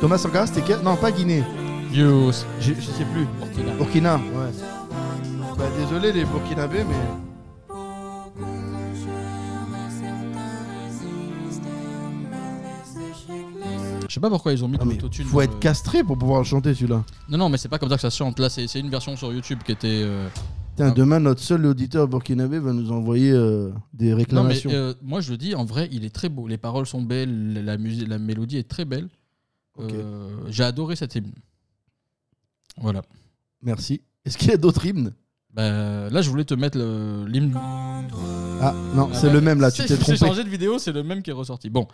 C: Thomas Sankara, c'était quel Non, pas Guinée.
B: Yo, je, je sais plus. Burkina.
C: Burkina, ouais. Bah, désolé les Burkinabés, mais.
B: Je sais pas pourquoi ils ont mis de
C: mais
B: l'autotune
C: faut
B: dans
C: être
B: le-
C: castré pour pouvoir le chanter celui-là.
B: Non, non, mais c'est pas comme ça que ça se chante. Là, c'est c'est une version sur YouTube qui était. euh,
C: Putain,
B: Ah.
C: demain, notre seul auditeur burkinabé va nous envoyer euh, des
B: Non, mais
C: réclamations.
B: euh, moi, je le dis, en vrai, il est très beau. Les paroles sont belles, la, musique, la mélodie est très belle.
C: Ok.
B: Euh, J'ai adoré cet hymne. Voilà.
C: Merci. Est-ce qu'il y a d'autres hymnes
B: Bah, là, je voulais te mettre le- l'hymne.
C: Ah, non,
B: Ah,
C: c'est
B: bah,
C: le même là, tu t'es
B: J'ai
C: trompé.
B: changé de vidéo, c'est le même qui est ressorti. Bon,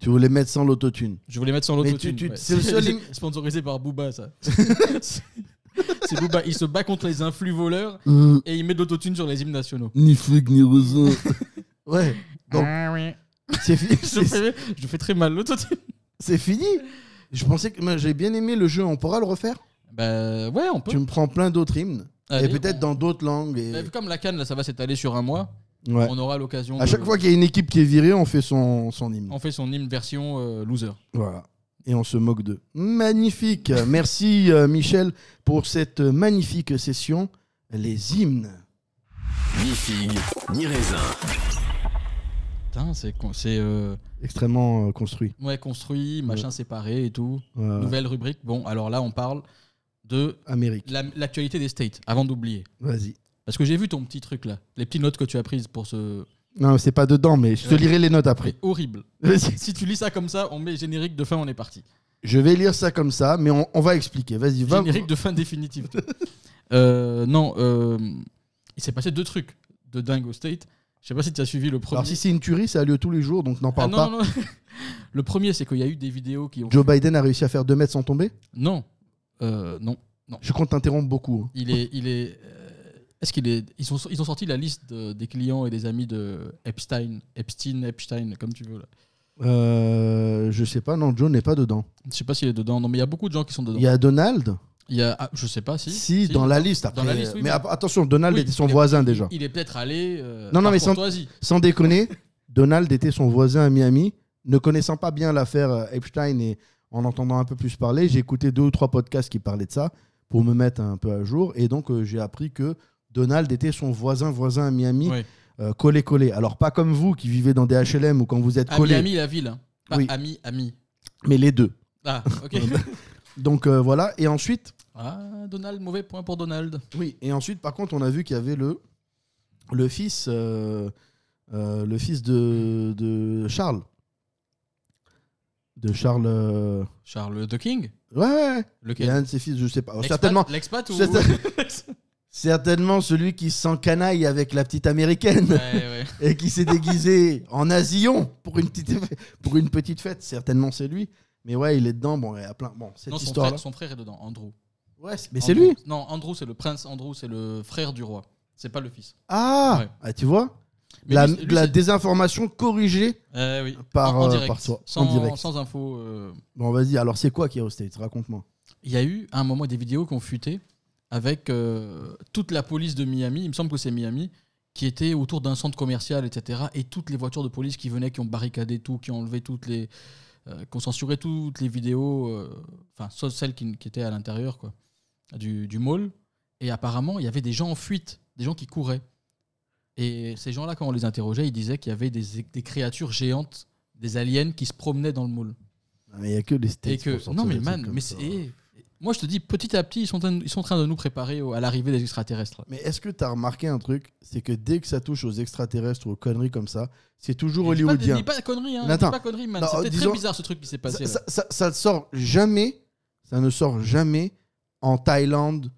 C: Tu voulais mettre sans l'autotune.
B: je voulais mettre sans
C: Mais
B: l'autotune.
C: tu- tu- c'est le seul hymne-
B: Sponsorisé par Booba, ça. c'est Booba. Il se bat contre les influx voleurs
C: Euh,
B: et il met de l'autotune sur les hymnes nationaux.
C: ni flic, ni raisin. ouais, Donc-
B: Ah oui.
C: c'est fini.
B: je, fais, je fais très mal l'autotune.
C: C'est fini. Je pensais que moi, j'ai bien aimé le jeu, on pourra le refaire
B: Bah, ouais, on peut.
C: Tu me prends plein d'autres hymnes.
B: Allez,
C: et peut-être
B: on-
C: dans d'autres langues. et-
B: Bah, vu comme la canne, là, ça va s'étaler sur un mois.
C: Ouais.
B: Bah, On aura l'occasion.
C: À
B: de-
C: chaque fois qu'il y a une équipe qui est virée, on fait son, son hymne.
B: On fait son hymne version euh, loser.
C: Voilà. Et on se moque d'eux. Magnifique. Merci euh, Michel pour cette magnifique session. Les hymnes.
H: Ni figue, ni raisin.
B: Putain, c'est con- c'est euh,
C: Extrêmement euh, construits.
B: ouais, construit, machin séparé et tout.
C: Euh,
B: Nouvelle rubrique. Bon, alors là, on parle de
C: Amérique.
B: la- l'actualité des States, avant d'oublier.
C: Vas-y.
B: Parce que j'ai vu ton petit truc là, les petites notes que tu as prises pour ce.
C: Non, c'est pas dedans, mais je te
B: Ouais.
C: lirai les notes après.
B: C'est horrible.
C: Vas-y.
B: Si tu lis ça comme ça, on met générique de fin, on est parti.
C: Je vais lire ça comme ça, mais on, on va expliquer. Vas-y, va.
B: Générique de fin définitive. Euh, non, euh, il s'est passé deux trucs de dingue au State. Je sais pas si tu as suivi le premier.
C: Alors, si c'est une tuerie, ça a lieu tous les jours, donc n'en
B: Ah,
C: parle
B: non,
C: pas.
B: non, non. Le premier, c'est qu'il y a eu des vidéos qui ont.
C: Joe Biden a réussi à faire 2 mètres sans tomber
B: Non, Euh, non.
C: Je compte t'interrompre beaucoup. hein.
B: Il est, il est. euh, Est-ce qu'il est Ils sont, ils ont sorti la liste de- des clients et des amis de Epstein, Epstein, Epstein, comme tu veux. Là.
C: Euh, je sais pas, non, Joe n'est pas dedans.
B: Je sais pas s'il est dedans. Non, mais il y a beaucoup de gens qui sont dedans.
C: Il y a Donald
B: Il y a, ah, je sais pas si.
C: Si, dans la liste. Après.
B: Dans la liste, oui,
C: mais
B: mais-
C: app- attention, Donald
B: Oui,
C: était son
B: il est-
C: voisin déjà.
B: Il est peut-être allé. euh,
C: Non, non,
B: par
C: mais sans-
B: courtoisie.
C: Sans déconner, Donald était son voisin à Miami. Ne connaissant pas bien l'affaire euh, Epstein et en entendant un peu plus parler, j'ai écouté deux ou trois podcasts qui parlaient de ça pour me mettre un peu à jour. Et donc, euh, j'ai appris que Donald était son voisin, voisin à Miami,
B: Ouais.
C: euh, collé, collé. Alors, pas comme vous qui vivez dans des HLM ou quand vous êtes
B: Ami,
C: collé,
B: ami, la ville. hein. Pas
C: Oui.
B: ami, ami.
C: mais les deux.
B: Ah, ok.
C: Donc, euh, voilà. Et ensuite,
B: ah, Donald, mauvais point pour Donald.
C: oui. Et ensuite, par contre, on a vu qu'il y avait le, le fils, euh, euh, le fils de, de Charles. de Charles. euh,
B: Charles de King
C: Ouais, ouais, ouais. Il y
B: Lequel
C: a un de ses fils, je sais pas.
B: L'expat-
C: Certainement,
B: L'expat ou.
C: Certain- certainement celui qui s'encanaille avec la petite américaine
B: Ouais, ouais.
C: et qui s'est déguisé en asillon pour une petite, pour une petite fête. Certainement, c'est lui. Mais ouais, il est dedans. Bon, il y a plein. Bon, cette
B: Non, son
C: histoire-là.
B: frère, son frère est dedans, Andrew.
C: Ouais, c'est- mais c'est
B: Andrew.
C: lui.
B: Non, Andrew, c'est le prince. Andrew, c'est le frère du roi. C'est pas le fils.
C: Ah,
B: Ouais.
C: Ah, tu vois
B: Mais
C: la,
B: lui, c'est- lui,
C: la
B: c'est-
C: désinformation corrigée.
B: Euh, oui.
C: par,
B: en, en
C: euh,
B: direct,
C: par toi, en
B: Sans,
C: direct.
B: sans info. euh,
C: Bon, vas-y, alors c'est quoi Kiro State Raconte-moi.
B: Il y a eu à un moment des vidéos qui ont fuité avec euh, toute la police de Miami, il me semble que c'est Miami, qui était autour d'un centre commercial, etc. Et toutes les voitures de police qui venaient, qui ont barricadé tout, qui ont enlevé toutes les. euh, qui ont censuré toutes les vidéos, euh, enfin, sauf celles qui, qui étaient à l'intérieur, quoi, du, du mall. Et apparemment, il y avait des gens en fuite, des gens qui couraient. Et ces gens-là, quand on les interrogeait, ils disaient qu'il y avait des, des créatures géantes, des aliens qui se promenaient dans le mall.
C: Ah, Mais il n'y a que les States.
B: Et
C: pour
B: que
C: sortir
B: non mais
C: des trucs
B: man,
C: comme
B: mais
C: ça.
B: c'est- eh, moi je te dis petit à petit ils sont en, train- ils sont en train de nous préparer au- à l'arrivée des extraterrestres.
C: Mais est-ce que tu as remarqué un truc C'est que dès que ça touche aux extraterrestres ou aux conneries comme ça, c'est toujours
B: Je dis pas,
C: hollywoodien.
B: dis pas de conneries hein,
C: Mais
B: dis
C: attends.
B: pas de conneries man,
C: Non,
B: c'était très
C: disons-
B: bizarre ce truc qui s'est passé
C: Ça,
B: là.
C: ça, ça- ça ne sort jamais, ça ne sort jamais en Thaïlande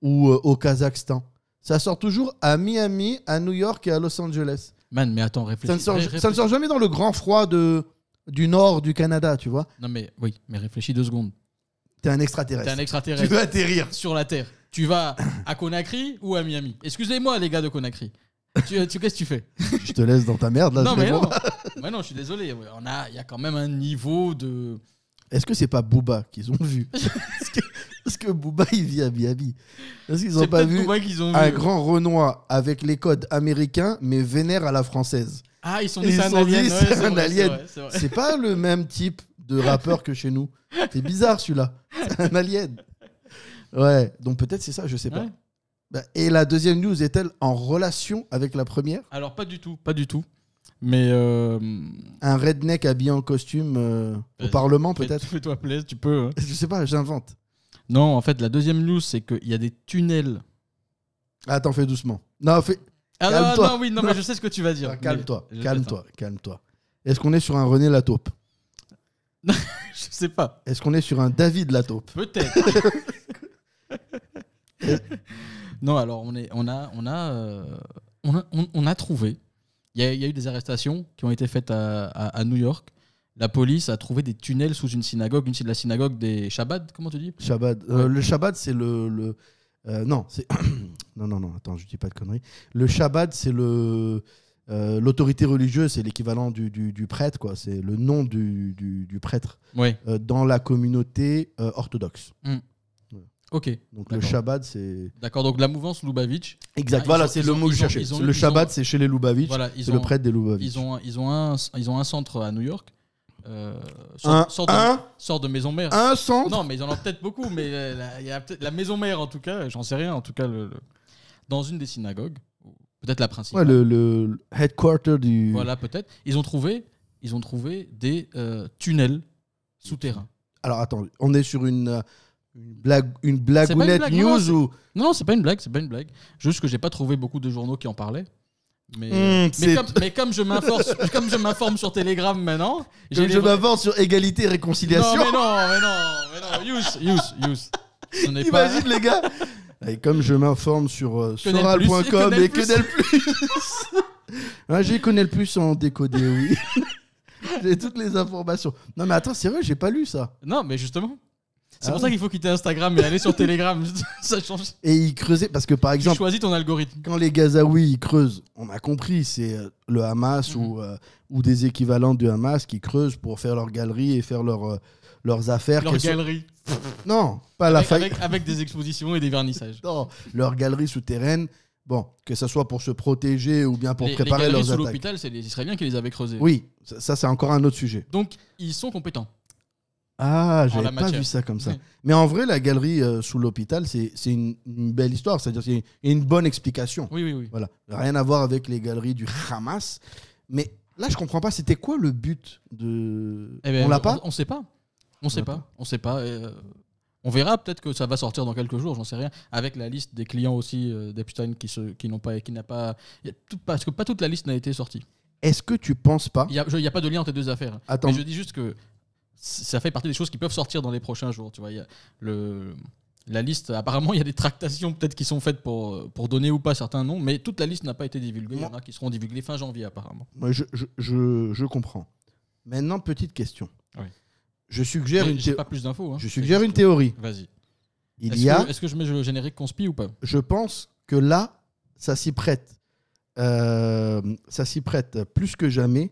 C: ou euh, au Kazakhstan. Ça sort toujours à Miami, à New York et à Los Angeles.
B: Man mais attends réfléchis.
C: Ça ne sort,
B: Ré-
C: ça ne
B: réfléchis.
C: sort jamais dans le grand froid de, du nord du Canada, tu vois.
B: Non mais oui, mais réfléchis deux secondes.
C: T'es un
B: T'es un
C: extraterrestre.
B: extraterrestre
C: Tu veux atterrir.
B: sur la Terre. Tu vas à Conakry ou à Miami Excusez-moi les gars de Conakry. tu, tu- qu'est-ce que tu fais
C: Je te laisse dans ta merde là.
B: Non
C: je
B: mais
C: vais
B: non.
C: voir.
B: mais non, je suis désolé, on a il y a quand même un niveau de
C: Est-ce que c'est pas Booba qu'ils ont vu Est-ce que, est-ce que Booba il vit à Miami Est-ce qu'ils ont
B: C'est
C: pas
B: peut-être
C: vu
B: pour moi qu'ils ont
C: un
B: vu.
C: grand Renoir avec les codes américains mais vénère à la française
B: Ah, ils sont
C: Ils
B: dit c'est un
C: sont
B: alien.
C: dit,
B: ouais,
C: c'est un
B: vrai,
C: alien.
B: vrai, c'est vrai.
C: C'est pas le même type de rappeur que chez nous. C'est bizarre celui-là. C'est un alien. Ouais, donc peut-être c'est ça, je sais pas.
B: Ouais.
C: Bah, Et la deuxième news est-elle en relation avec la première
B: Alors pas du tout, pas du tout. Mais euh,
C: Un redneck habillé en costume euh, au
B: Vas-y.
C: Parlement
B: fais-
C: peut-être
B: Fais-toi plaisir, tu peux. hein.
C: Je sais pas, j'invente.
B: Non, en fait, la deuxième news, c'est qu'il y a des tunnels.
C: Attends, fais doucement. Non, fais,
B: Ah non,
C: Calme-toi.
B: non, oui, non, mais je sais ce que tu vas dire.
C: Ah, Calme-toi,
B: Mais-
C: calme-toi, calme-toi. Est-ce qu'on est sur un René Lataupe
B: Je sais pas.
C: Est-ce qu'on est sur un David Lataupe
B: Peut-être. non, alors on est, on a, on a, euh, on a, on, on a trouvé. Il y a, il y a eu des arrestations qui ont été faites à, à- à New York. La police a trouvé des tunnels sous une synagogue, une c'est de la synagogue des Shabbat, comment tu dis
C: Shabbat. Euh, Le Shabbat, c'est le. le- euh, non, c'est. non, non, non, attends, je dis pas de conneries. Le Shabbat, c'est le. euh, L'autorité religieuse, c'est l'équivalent du, du- du prêtre, quoi. C'est le nom du, du- du prêtre
B: Oui.
C: euh, dans la communauté euh, orthodoxe.
B: Ok.
C: Donc le
B: D'accord.
C: Shabbat, c'est.
B: D'accord. Donc la mouvance Lubavitch.
C: Exact,
B: Ah, ils
C: voilà,
B: ont-
C: c'est
B: ils
C: le
B: ont-
C: mot que je
B: ils ont-
C: cherchais.
B: ils ont-
C: Le
B: ils
C: Shabbat,
B: ont-
C: c'est chez les Lubavitch.
B: Voilà, ils
C: c'est
B: ont,
C: le prêtre des Lubavitch.
B: Ils ont, ils ont un, ils ont un centre à New York. Euh, sort,
C: Un,
B: sort de,
C: un,
B: sort de maison mère.
C: un centre
B: Non, mais ils en ont peut-être beaucoup, mais euh, la, il y a peut-être la maison mère en tout cas, j'en sais rien en tout cas. le- le- dans une des synagogues, ou peut-être la
C: Ouais,
B: principale.
C: le, le headquarter du.
B: Voilà, peut-être. Ils ont trouvé, ils ont trouvé des euh, tunnels souterrains.
C: Alors attends, on est sur une, euh, une blague, une blagounette
B: blague, non,
C: news
B: c'est-
C: ou
B: Non, non, c'est pas une blague, c'est pas une blague. Juste que j'ai pas trouvé beaucoup de journaux qui en parlaient. Mais,
C: Hmm,
B: mais,
C: c'est-
B: comme, mais comme je m'informe, comme je m'informe sur Telegram maintenant, j'ai
C: comme
B: des
C: je
B: vrais-
C: m'avance sur égalité et
B: Non,
C: réconciliation.
B: mais non, mais non, mais non. Yous, yous, yous. Ce n'est pas.
C: Imagine les gars. Et comme je m'informe sur euh,
B: Canal+, et
C: soral.com
B: Canal+.
C: et Canal Plus. ah, j'ai Canal Plus en décodé, oui. j'ai toutes les informations. Non mais attends, c'est vrai, j'ai pas lu ça.
B: Non, mais justement.
C: Ah
B: C'est pour
C: oui.
B: ça qu'il faut quitter Instagram et aller sur Telegram. ça change.
C: Et il creusait parce que par
B: Tu
C: exemple,
B: choisis ton algorithme.
C: quand les Gazaouis ils creusent, on a compris, c'est euh, le Hamas ou,
B: Mhm.
C: euh, ou des équivalents du Hamas qui creusent pour faire leur galerie et faire leur, euh, leurs affaires.
B: Leur
C: qu'elles soient-
B: galerie.
C: Non, pas la
B: Avec,
C: faille.
B: avec- avec des expositions et des vernissages.
C: Non, leur galerie souterraine. Bon, que ce soit pour se protéger ou bien pour
B: les,
C: préparer
B: les galeries
C: leurs
B: sous
C: attaques.
B: l'hôpital, c'est les Israéliens qui les avaient creusées.
C: Oui, ça, ça, c'est encore un autre sujet.
B: Donc, ils sont compétents.
C: Ah,
B: la
C: j'avais pas
B: matière.
C: vu ça comme ça.
B: Oui.
C: Mais en vrai, la galerie euh, sous l'hôpital, c'est c'est une, une belle histoire. C'est-à-dire qu'il y a une bonne explication.
B: Oui, oui, oui.
C: Voilà, rien à voir avec les galeries du Hamas. Mais là, je comprends pas, c'était quoi le but de.
B: Eh ben,
C: on l'a pas
B: On sait pas. On sait
C: l'a
B: pas.
C: pas.
B: On sait pas. euh, on verra peut-être que ça va sortir dans quelques jours, j'en sais rien. Avec la liste des clients aussi euh, d'Epstein qui se, qui n'ont pas, qui n'a pas, il y a tout- parce que pas toute la liste n'a été sortie.
C: Est-ce que tu penses pas
B: Il n'y a, je- il y a pas de lien entre les deux affaires.
C: Attends.
B: Mais je dis juste que c- ça fait partie des choses qui peuvent sortir dans les prochains jours. Tu vois, Il y a le, la liste, apparemment, il y a des tractations peut-être qui sont faites pour, euh, pour donner ou pas certains noms, mais toute la liste n'a pas été divulguée. Il y en a qui seront divulguées fin janvier, apparemment.
C: Moi, je, je, je, je comprends. Maintenant, petite question.
B: Oui.
C: Je suggère
B: Mais
C: une
B: J'ai
C: thé-
B: pas plus d'infos. hein.
C: je
B: C'est
C: suggère
B: juste-
C: une théorie.
B: Vas-y.
C: Il
B: Est-ce
C: y a,
B: que- Est-ce que je mets le générique conspi ou pas
C: je pense que là, ça s'y prête. Euh, ça s'y prête plus que jamais.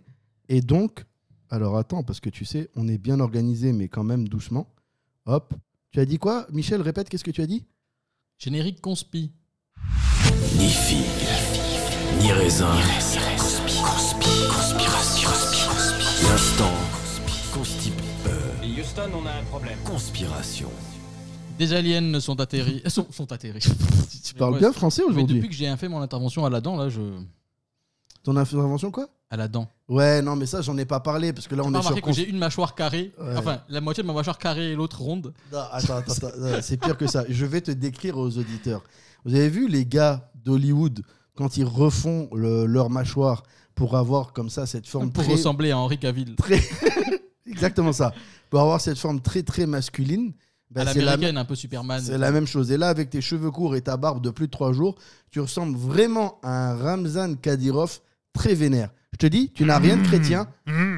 C: Et donc, alors attends, parce que tu sais, on est bien organisé, mais quand même doucement. Hop. Tu as dit quoi Michel, répète, qu'est-ce que tu as dit
B: Générique conspi.
H: Ni figue, ni raisin. Conspi- conspi- Conspiration. L'instant. Constip. Houston, on a un problème. Conspiration.
B: Des aliens ne sont atterris. sont, sont atterris.
C: Tu parles bien français
B: Mais
C: aujourd'hui.
B: depuis que j'ai fait mon intervention à la dent, là, je.
C: Ton intervention, quoi
B: À la dent.
C: Ouais, non, mais ça, j'en ai pas parlé, parce que là, on
B: T'as
C: est sur.
B: remarqué que j'ai une mâchoire carrée.
C: Ouais.
B: Enfin, la moitié de ma mâchoire carrée et l'autre ronde.
C: Non, attends, attends, attends, non, c'est pire que ça. Je vais te décrire aux auditeurs. Vous avez vu les gars d'Hollywood quand ils refont le- leur mâchoire pour avoir comme ça cette forme
B: Pour
C: très-
B: ressembler à Henri Cavill.
C: exactement ça, pour avoir cette forme très très masculine. bah,
B: à
C: c'est la,
B: l'américaine, un peu Superman.
C: c'est la même chose. Et là, avec tes cheveux courts et ta barbe de plus de trois jours, tu ressembles vraiment à un Ramzan Kadyrov très vénère. Je te dis, tu n'as rien de chrétien,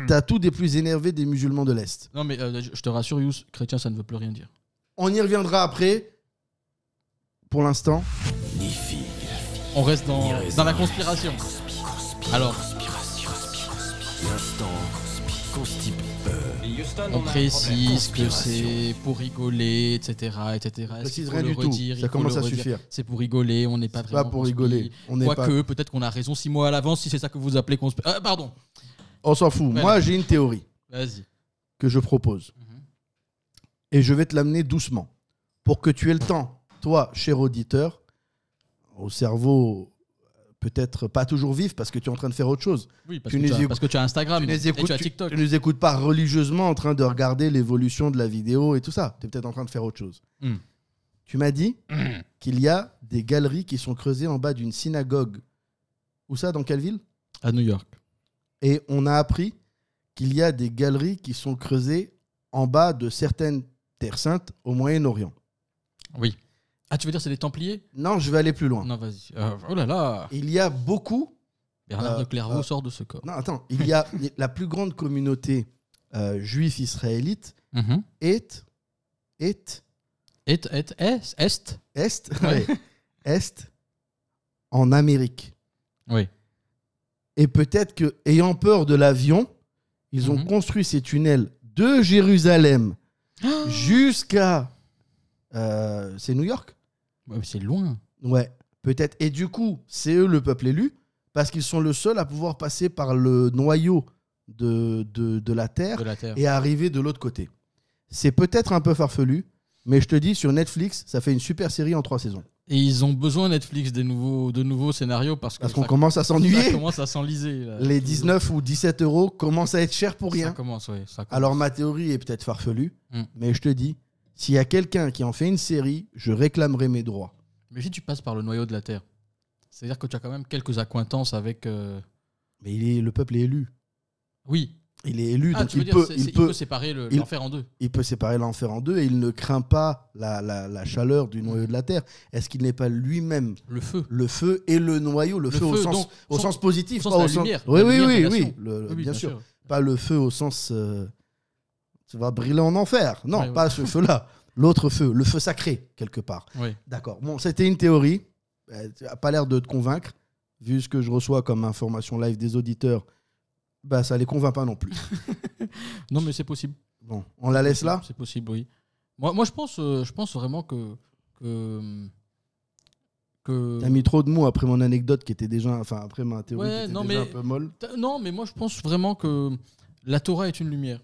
C: t'as tout des plus énervés des musulmans de l'Est.
B: Non, mais euh, je je te rassure, Yous, chrétien, ça ne veut plus rien dire.
C: On y reviendra après. Pour l'instant,
H: Ni figue,
B: On reste dans,
H: ni raisin.
B: dans la conspiration.
H: Conspi- conspi-
B: Alors.
H: Conspiration. L'instant. Constip.
B: On précise que
H: Conspiration.
B: c'est pour rigoler, etc. etc. Est-ce qu'il
C: précise
B: faut
C: rien
B: le
C: du tout.
B: redire, il
C: Ça
B: faut
C: commence
B: le
C: à
B: redire
C: suffire.
B: C'est pour rigoler, on n'est pas
C: C'est
B: vraiment.
C: pas pour
B: conspi.
C: rigoler. On n'est pas.
B: Quoique, peut-être qu'on a raison six mois à l'avance si c'est ça que vous appelez conspiration. pardon,
C: On s'en fout.
B: Voilà.
C: Moi, j'ai une théorie
B: vas-y.
C: que je propose.
B: Mhm.
C: Et je vais te l'amener doucement pour que tu aies le temps, toi, cher auditeur, au cerveau euh, peut-être pas toujours vif parce que tu es en train de faire autre chose.
B: Oui, parce,
C: Tu
B: que
C: nous
B: tu as,
C: écoutes-
B: parce que tu as Instagram
C: tu ne
B: et tu as TikTok.
C: nous écoutes pas religieusement en train de regarder l'évolution de la vidéo et tout ça. Tu es peut-être en train de faire autre chose.
B: Mm.
C: Tu m'as dit
B: Hmm.
C: qu'il y a des galeries qui sont creusées en bas d'une synagogue. Où ça Dans quelle ville
B: À New York.
C: Et on a appris qu'il y a des galeries qui sont creusées en bas de certaines terres saintes au Moyen-Orient.
B: Oui. Ah, tu veux dire c'est les Templiers
C: Non, je vais aller plus loin.
B: Non, vas-y. Euh, oh là là
C: Il y a beaucoup. Euh,
B: Bernard de Clairvaux
C: euh,
B: sort de ce corps.
C: Non, attends. Il y a la plus grande communauté euh, juif israélite
B: Mhm.
C: est est
B: Et, et, est, est
C: est ouais,
B: Ouais.
C: est en Amérique.
B: Oui.
C: Et peut-être que, ayant peur de l'avion, ils ont
B: Mhm.
C: construit ces tunnels de Jérusalem jusqu'à. euh, c'est New York
B: Ouais, mais C'est loin.
C: Ouais, peut-être. Et du coup, c'est eux le peuple élu, parce qu'ils sont le seul à pouvoir passer par le noyau de, de, de la Terre
B: de la Terre.
C: et arriver de l'autre côté. C'est peut-être un peu farfelu, mais je te dis, sur Netflix, ça fait une super série en trois saisons.
B: Et ils ont besoin Netflix des nouveaux, de nouveaux scénarios parce que
C: Parce qu'on
B: ça-
C: commence à
B: ça
C: s'ennuyer.
B: commence à s'enliser. là.
C: Les 19 ou 17 euros commencent à être chers pour
B: Ça
C: rien.
B: commence, oui. Ça commence.
C: Alors ma théorie est peut-être farfelue,
B: Mm.
C: mais je te dis, s'il y a quelqu'un qui en fait une série, je réclamerai mes droits.
B: Mais si tu passes par le noyau de la Terre, c'est-à-dire que tu as quand même quelques acquaintances avec. euh,
C: Mais il est, le peuple est élu.
B: Oui.
C: Il est élu,
B: Ah,
C: donc
B: tu veux
C: il
B: dire,
C: peut,
B: c'est- c'est-
C: il
B: il peut
C: peut
B: séparer le-
C: il-
B: l'enfer en deux.
C: il peut séparer l'enfer en deux et il ne craint pas la, la- la chaleur du noyau de la Terre. Est-ce qu'il n'est pas lui-même
B: Le feu.
C: le feu et le noyau Le,
B: Le
C: feu, au
B: feu,
C: sens,
B: donc,
C: au
B: son-
C: sens positif,
B: au sens
C: pas
B: de la
C: au sens.
B: lumière,
C: oui,
B: la
C: oui,
B: lumière
C: oui,
B: de la
C: oui,
B: nation.
C: le-
B: Oui, oui,
C: Euh, bien sûr. Pas le feu au sens. euh, tu vas brûler en enfer. Non,
B: Ouais, ouais.
C: pas ce feu-là. L'autre feu, le feu sacré, quelque part.
B: Oui.
C: D'accord. Bon, c'était une théorie. Euh, Tu n'as pas l'air de te convaincre. Vu ce que je reçois comme information live des auditeurs, bah, ça les convainc pas non plus.
B: Non, mais c'est possible.
C: Bon, on la laisse là
B: C'est possible, oui. Moi, moi je, pense, euh, je pense vraiment que. que, que-
C: T'as mis trop de mots après mon anecdote qui était déjà, enfin après ma théorie
B: Euh. Ouais,
C: qui était
B: non,
C: déjà
B: mais-
C: un peu molle.
B: T'as- Non, mais moi, je pense vraiment que la Torah est une lumière.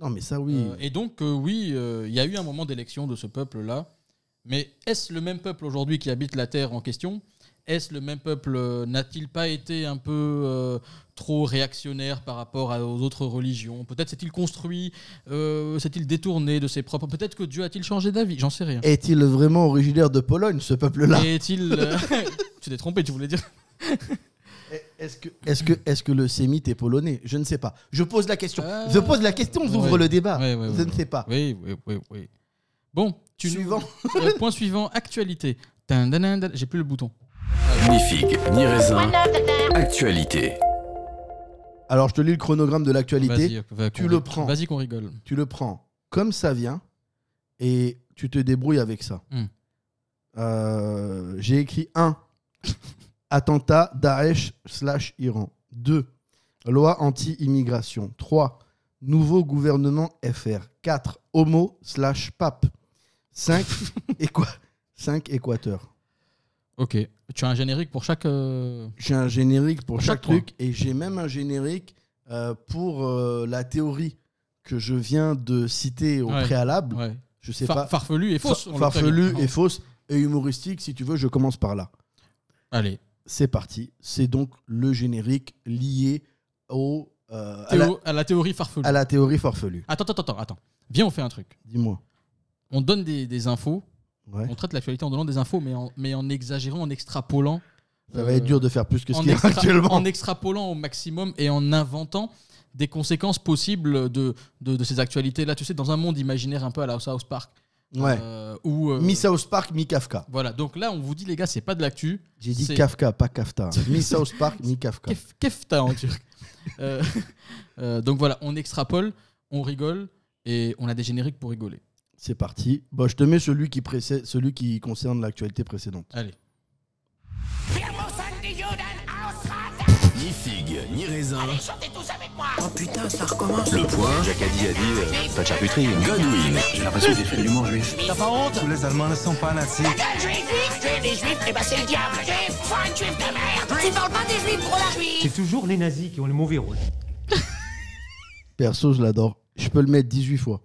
C: Non mais ça oui.
B: Euh, et donc, euh, oui, euh, il y a eu un moment d'élection de ce peuple-là. Mais est-ce le même peuple aujourd'hui qui habite la terre en question Est-ce le même peuple euh, N'a-t-il pas été un peu euh, trop réactionnaire par rapport à- aux autres religions Peut-être s'est-il construit, euh, s'est-il détourné de ses propres. Peut-être que Dieu a-t-il changé d'avis J'en sais rien.
C: Est-il vraiment originaire de Pologne ce peuple-là
B: Et est-il. euh, tu t'es trompé, tu voulais dire.
C: Eh, Est-ce que, est-ce que, est-ce que le sémite est polonais Je ne sais pas. Je pose la question. Je pose la question, j'ouvre
B: Ouais.
C: le débat.
B: Ouais, ouais,
C: je
B: ouais,
C: ne
B: ouais.
C: sais pas.
B: Ah. Oui, oui, oui, oui. Bon, tu
C: Ah.
B: nous-
C: Suivant.
B: Euh, point suivant, actualité. Dun, dun, dun, dun. J'ai plus le bouton.
H: Ni figue, ni raisin. Actualité.
C: Alors, je te lis le chronogramme de l'actualité.
B: Vas-y, va-
C: Tu
B: qu'on-
C: le prends.
B: Vas-y qu'on rigole.
C: Tu le prends comme ça vient et tu te débrouilles avec ça.
B: Hmm.
C: Euh, J'ai écrit 1. Attentat Daesh slash Iran. 2. Loi anti-immigration. 3. Nouveau gouvernement FR. 4. Homo slash pape. 5. 5. Équateur.
B: Ok. Tu as un générique pour chaque. euh,
C: J'ai un générique pour
B: À
C: chaque,
B: chaque point.
C: truc et j'ai même un générique euh, pour euh, la théorie que je viens de citer au
B: Ouais.
C: préalable.
B: Ouais.
C: Je sais
B: Far-
C: pas.
B: Farfelu et fausse. on le
C: farfelu
B: prévient.
C: et fausse et humoristique, si tu veux, je commence par là.
B: Allez.
C: C'est parti. C'est donc le générique lié au, euh, à, la,
B: Théo- à la théorie farfelue.
C: à la théorie farfelue.
B: Attends, attends, attends, attends. Viens, on fait un truc.
C: Dis-moi.
B: On donne des, des infos.
C: Ouais.
B: On traite l'actualité en donnant des infos, mais en, mais en exagérant, en extrapolant.
C: Ça
B: Euh,
C: va être dur de faire plus que ce
B: en,
C: qu'il y a
B: extra-
C: actuellement.
B: en extrapolant au maximum et en inventant des conséquences possibles de, de, de ces actualités-là. Tu sais, dans un monde imaginaire un peu à la South Park.
C: Ouais.
B: euh, où, euh,
C: Mi South Park, mi Kafka.
B: Voilà, donc là, on vous dit, les gars, c'est pas de l'actu.
C: J'ai dit
B: c'est-
C: Kafka, pas Kafta. Mi South Park, mi Kafka.
B: Kef- Kefta en turc. Euh, euh, donc voilà, on extrapole, on rigole et on a des génériques pour rigoler.
C: C'est parti. Bon, je te mets celui qui, précède, celui qui concerne l'actualité précédente.
B: Allez.
H: Ni figue, ni raisin. Oh putain, ça recommence. Le point.
G: Jack a dit, a dit, euh, pas de charcuterie.
H: Godwin.
G: J'ai l'impression que j'ai fait de l'humour juif.
I: Tous les Allemands ne sont pas nazis.
J: C'est toujours les nazis qui ont le mauvais rôle.
C: Perso, je l'adore. Je peux le mettre 18 fois.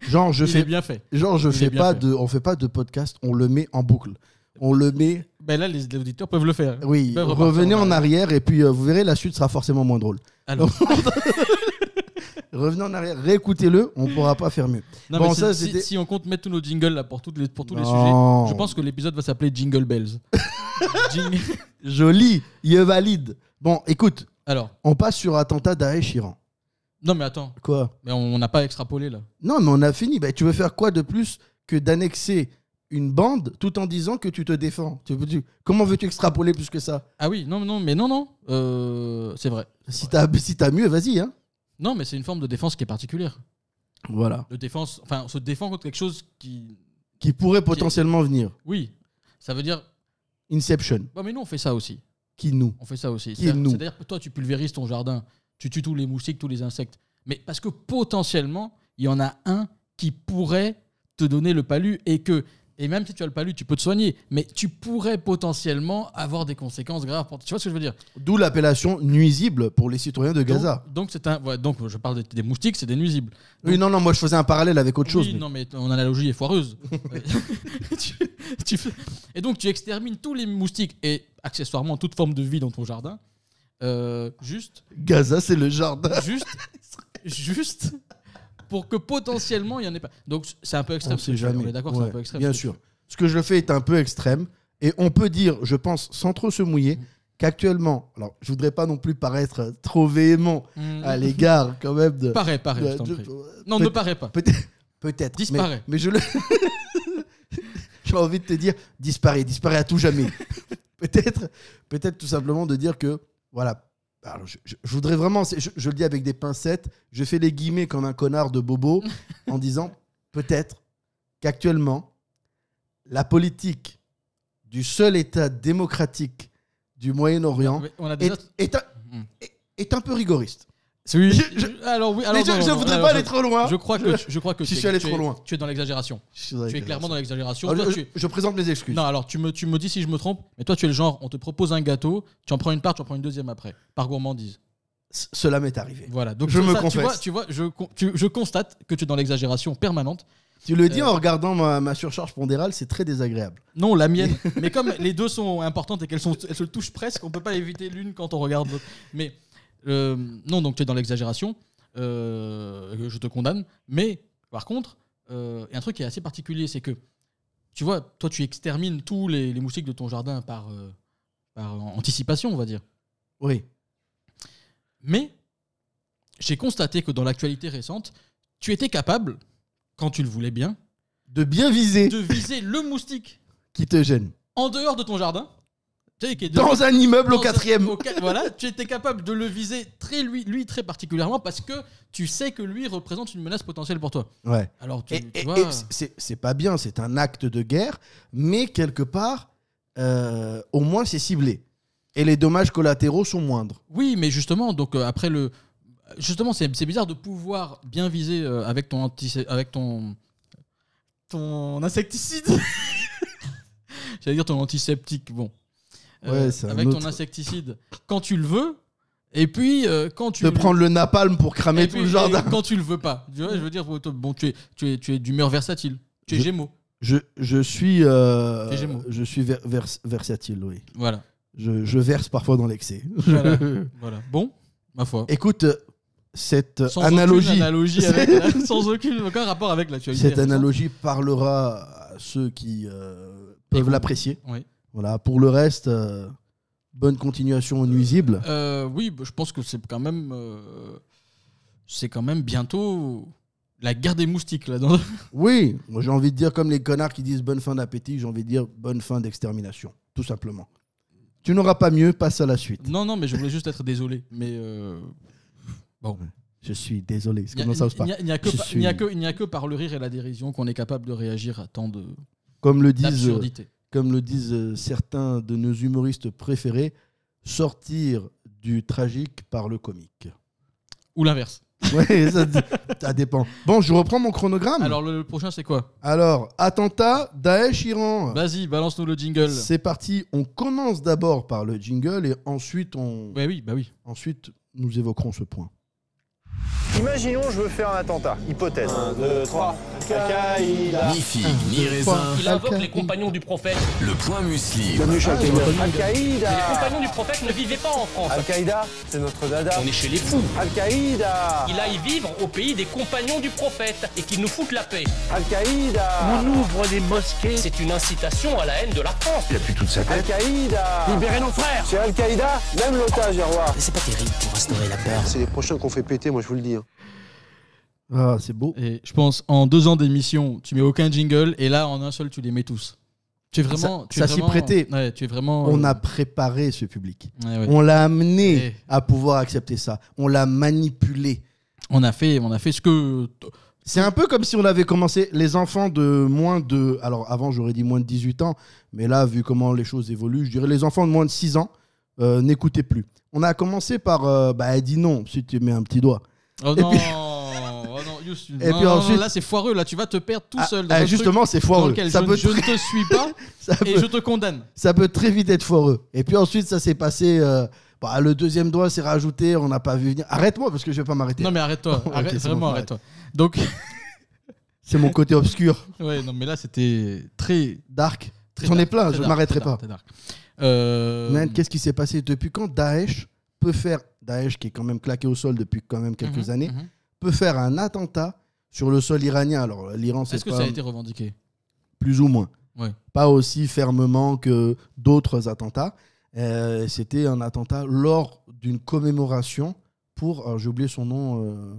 C: Genre, je
B: Je
C: fais
B: bien fait.
C: Genre, je
B: Il est
C: fais
B: bien
C: pas
B: fait.
C: de, on fait pas de podcast, on le met en boucle. On le met.
B: Ben là, les, les auditeurs peuvent le faire.
C: Oui,
B: Ils peuvent repartir
C: revenez en
B: arrière.
C: arrière et puis euh, vous verrez, la suite sera forcément moins drôle.
B: Alors,
C: Revenez en arrière, réécoutez-le, on pourra pas faire mieux.
B: non,
C: Bon,
B: mais si-
C: ça,
B: si,
C: c'était-
B: si on compte mettre tous nos jingles là pour, toutes les, pour tous les
C: Non.
B: sujets, je pense que l'épisode va s'appeler Jingle Bells. Jing-
C: Joli, il est valide. Bon, écoute,
B: Alors,
C: on passe sur attentat Daesh Iran.
B: non, mais attends,
C: Quoi
B: mais on on n'a pas extrapolé là.
C: Non, mais on a fini. Bah, tu veux faire quoi de plus que d'annexer une bande tout en disant que tu te défends Tu- tu- Comment veux-tu extrapoler plus que ça
B: Ah oui, non, non, mais non, non, euh, c'est vrai.
C: Si t'as si t'as mieux, vas-y. Hein.
B: Non, mais c'est une forme de défense qui est particulière.
C: Voilà.
B: De défense, enfin, on se défend contre quelque chose qui.
C: Qui pourrait potentiellement venir
B: Oui, ça veut dire.
C: Inception.
B: Ouais, mais nous, on fait ça aussi.
C: Qui nous
B: On fait ça aussi.
C: Qui
B: C'est-à-
C: est nous
B: C'est-à-dire que toi, tu pulvérises ton jardin, tu tues tous les moustiques, tous les insectes. Mais parce que potentiellement, il y en a un qui pourrait te donner le palu et que. Et même si tu as le palu, tu peux te soigner, mais tu pourrais potentiellement avoir des conséquences graves. pour- Tu vois ce que je veux dire
C: D'où l'appellation nuisible pour les citoyens de
B: Donc-
C: Gaza.
B: Donc, c'est un. ouais, donc, je parle des, des moustiques, c'est des nuisibles.
C: oui, non, non, moi je faisais un parallèle avec autre chose.
B: Oui,
C: mais-
B: non, mais ton analogie est foireuse. Tu- tu fais- et donc, tu extermines tous les moustiques et accessoirement toute forme de vie dans ton jardin. euh, juste
C: Gaza, c'est le jardin.
B: juste, juste pour que potentiellement il y en ait pas. Donc c'est un peu extrême.
C: On
B: ce
C: sait
B: que tu fais.
C: jamais.
B: On est d'accord,
C: Ouais,
B: c'est un peu extrême.
C: Bien
B: ce que
C: sûr.
B: tu fais.
C: Ce que je fais est un peu extrême. Et on peut dire, je pense, sans trop se mouiller,
B: Mm.
C: qu'actuellement, alors je voudrais pas non plus paraître euh, trop véhément
B: Mm.
C: à l'égard Ah, quand même de.
B: Parais, parais,
C: de-
B: je t'en
C: de-
B: prie. Non, ne paraît pas.
C: peut- Peut-être. mais-
B: Disparaît.
C: Mais, je le. J'ai envie de te dire, disparaît, disparaît à tout jamais. peut-être, peut-être tout simplement de dire que, voilà. Alors, je, je- je voudrais vraiment, c'est- je, je le dis avec des pincettes, je fais les guillemets comme un connard de bobo en disant peut-être qu'actuellement, la politique du seul État démocratique du Moyen-Orient
B: Oui, On a
C: est,
B: Ah, déjà.
C: est un,
B: Mm.
C: est, est un peu rigoriste.
B: Oui,
C: je-
B: je- alors oui, alors
C: Mais je-
B: non, non,
C: je
B: non,
C: voudrais
B: alors,
C: pas
B: je-
C: aller trop loin.
B: Je crois que je crois que
C: Je
B: tu es-
C: suis allé
B: tu es-
C: trop loin.
B: Tu es dans l'exagération. Tu es clairement dans l'exagération.
C: Alors,
B: Toi,
C: je,
B: tu es-
C: je présente mes excuses.
B: Non, alors tu me, tu me dis si je me trompe, mais toi tu es le genre, on te propose un gâteau, tu en prends une part, tu en prends une deuxième après, par gourmandise.
C: C- Cela m'est arrivé.
B: Voilà, donc
C: Je
B: c'est
C: me
B: ça, tu
C: confesse.
B: vois, tu vois, je, con- tu- je constate que tu es dans l'exagération permanente.
C: Tu le dis
B: Euh,
C: en regardant ma, ma surcharge pondérale, c'est très désagréable.
B: Non, la mienne. mais comme les deux sont importantes et qu'elles sont- elles se touchent presque, on peut pas éviter l'une quand on regarde l'autre. Mais euh, non, donc tu es dans l'exagération. euh, je te condamne. Mais par contre, euh, il y a un truc qui est assez particulier, c'est que tu vois, toi tu extermines tous les, les moustiques de ton jardin par, euh, par anticipation, on va dire.
C: Oui.
B: Mais j'ai constaté que dans l'actualité récente, tu étais capable, quand tu le voulais bien,
C: de bien viser
B: de viser le moustique
C: qui te gêne.
B: en dehors de ton jardin. tu sais, qui est de-
C: Dans un immeuble au
B: dans un-
C: quatrième.
B: au ca- Voilà, tu étais capable de le viser très lui, lui très particulièrement parce que tu sais que lui représente une menace potentielle pour toi.
C: Ouais.
B: Alors tu,
C: Et,
B: tu
C: et-
B: vois,
C: et c'est- c'est pas bien, c'est un acte de guerre, mais quelque part, euh, au moins c'est ciblé. Et les dommages collatéraux sont moindres.
B: oui, mais justement, donc euh, après le, justement, c'est c'est bizarre de pouvoir bien viser euh, avec ton anti, avec ton ton insecticide. J'allais dire ton antiseptique, bon. Euh,
C: Ouais, c'est un
B: avec
C: autre.
B: ton insecticide, quand tu le veux, et puis euh, quand tu
C: de prendre le napalm pour cramer
B: Et
C: tout
B: puis,
C: le jardin.
B: et Quand tu le veux pas. Tu vois, je veux dire, bon, tu es, tu es, tu es d'humeur versatile. Tu es
C: Je-
B: Gémeaux.
C: Je, je suis, euh,
B: T'es Gémeaux.
C: je suis ver- vers- versatile, oui.
B: Voilà.
C: Je, je verse parfois dans l'excès.
B: Voilà. Voilà. Bon, ma foi.
C: Écoute, euh, cette euh,
B: Sans aucune
C: analogie,
B: analogie avec la- sans aucune, aucun rapport avec l'actualité. hein.
C: cette analogie parlera à ceux qui euh, peuvent
B: Écoute.
C: l'apprécier.
B: Oui.
C: Voilà. Pour le reste, euh, bonne continuation aux nuisibles.
B: Euh, oui, bah, je pense que c'est quand même. euh, c'est quand même bientôt la guerre des moustiques, là. Dans...
C: Oui, moi j'ai envie de dire comme les connards qui disent bonne fin d'appétit, j'ai envie de dire bonne fin d'extermination, tout simplement. Tu n'auras pas mieux, passe à la suite.
B: Non, non, mais je voulais juste être désolé. Mais. euh,
C: Je suis désolé, c'est
B: il y a-
C: comme ça se
B: il
C: passe.
B: n'y a- il n'y a que
C: Je
B: par- il n'y a
C: suis-
B: que- il n'y a que par le rire et la dérision qu'on est capable de réagir à tant de-
C: Comme le disent,
B: d'absurdités.
C: comme le disent euh, certains de nos humoristes préférés, sortir du tragique par le comique.
B: Ou l'inverse.
C: Ouais, ça, ça dépend. Bon, je reprends mon chronogramme. Alors,
B: Alors, le le prochain, c'est quoi
C: attentat, Daesh, Iran.
B: Vas-y, balance-nous Bah, le jingle.
C: C'est parti. On commence d'abord par le jingle et ensuite on,
B: Ouais, oui, bah oui.
C: ensuite nous évoquerons ce point.
K: Imaginons, je veux faire un attentat. Hypothèse. 1, 2, 3.
H: Ni figue, ni raisin,
L: Il invoque les compagnons du prophète.
H: le point muesli.
L: Les compagnons du prophète ne vivaient pas en France.
K: Al-Qaïda, c'est notre dada.
L: On est chez les fous.
K: Al-Qaïda
L: Il aille vivre au pays des compagnons du prophète et qu'ils nous foutent la paix.
K: Al-Qaïda
L: ouvre des mosquées. C'est une incitation à la haine de la France.
H: Il a plus toute sa tête.
K: Al-Qaïda
L: Libérez nos frères
K: Chez Al-Qaïda, même l'otage est roi.
L: C'est pas terrible pour instaurer la peur.
K: C'est les prochains qu'on fait péter, moi je vous le dis.
C: Ah, c'est beau.
B: Et je pense, en deux ans d'émission, tu mets aucun jingle et là, en un seul, tu les mets tous. Tu es vraiment.
C: Ça-
B: tu es
C: ça s'y
B: vraiment-
C: prêtait.
B: Ouais, tu es vraiment.
C: On
B: euh,
C: a préparé ce public.
B: ouais, ouais.
C: On l'a amené
B: Et-
C: à pouvoir accepter ça. On l'a manipulé.
B: On a fait, on a fait ce que.
C: C'est un peu comme si on avait commencé les enfants de moins de. Alors avant, j'aurais dit moins de 18 ans, mais là, vu comment les choses évoluent, je dirais les enfants de moins de 6 ans, euh, n'écoutez plus. On a commencé par. euh, bah, elle dit non, si tu mets un petit doigt.
B: Oh
C: Et
B: non
C: puis-
B: Oh non, Yous, tu-
C: Et
B: non,
C: puis
B: non, non,
C: ensuite-
B: là, c'est foireux. Là, tu vas te perdre tout
C: Ah,
B: seul.
C: ah,
B: un
C: justement,
B: truc
C: c'est
B: dans
C: foireux.
B: lequel
C: Ça
B: je,
C: peut
B: je
C: très-
B: ne te suis pas
C: ça
B: et
C: peut-
B: je te condamne.
C: ça peut très vite être foireux. Et puis ensuite, ça s'est passé. euh, bah, le deuxième doigt s'est rajouté, on n'a pas vu venir. Arrête-moi parce que je vais pas m'arrêter.
B: Non, mais arrête-toi.
C: Ok,
B: Arrête-
C: c'est bon,
B: vraiment,
C: je m'arrête.
B: arrête-toi. Donc,
C: C'est mon côté obscur,
B: ouais, non, mais là, c'était très.
C: dark.
B: très
C: J'en ai
B: dark,
C: plein,
B: très
C: je
B: dark,
C: m'arrêterai
B: très
C: pas.
B: dark, très dark. Euh,
C: Man, qu'est-ce qui s'est passé Depuis quand Daesh peut faire. Daesh, qui est quand même claqué au sol depuis quand même quelques
B: mhm,
C: années,
B: mhm.
C: peut faire un attentat sur le sol iranien. Alors, l'Iran, c'est
B: Est-ce que
C: pas
B: ça a été revendiqué
C: plus ou moins.
B: Ouais.
C: Pas aussi fermement que d'autres attentats. Euh, C'était un attentat lors d'une commémoration pour, alors, j'ai oublié son nom, euh,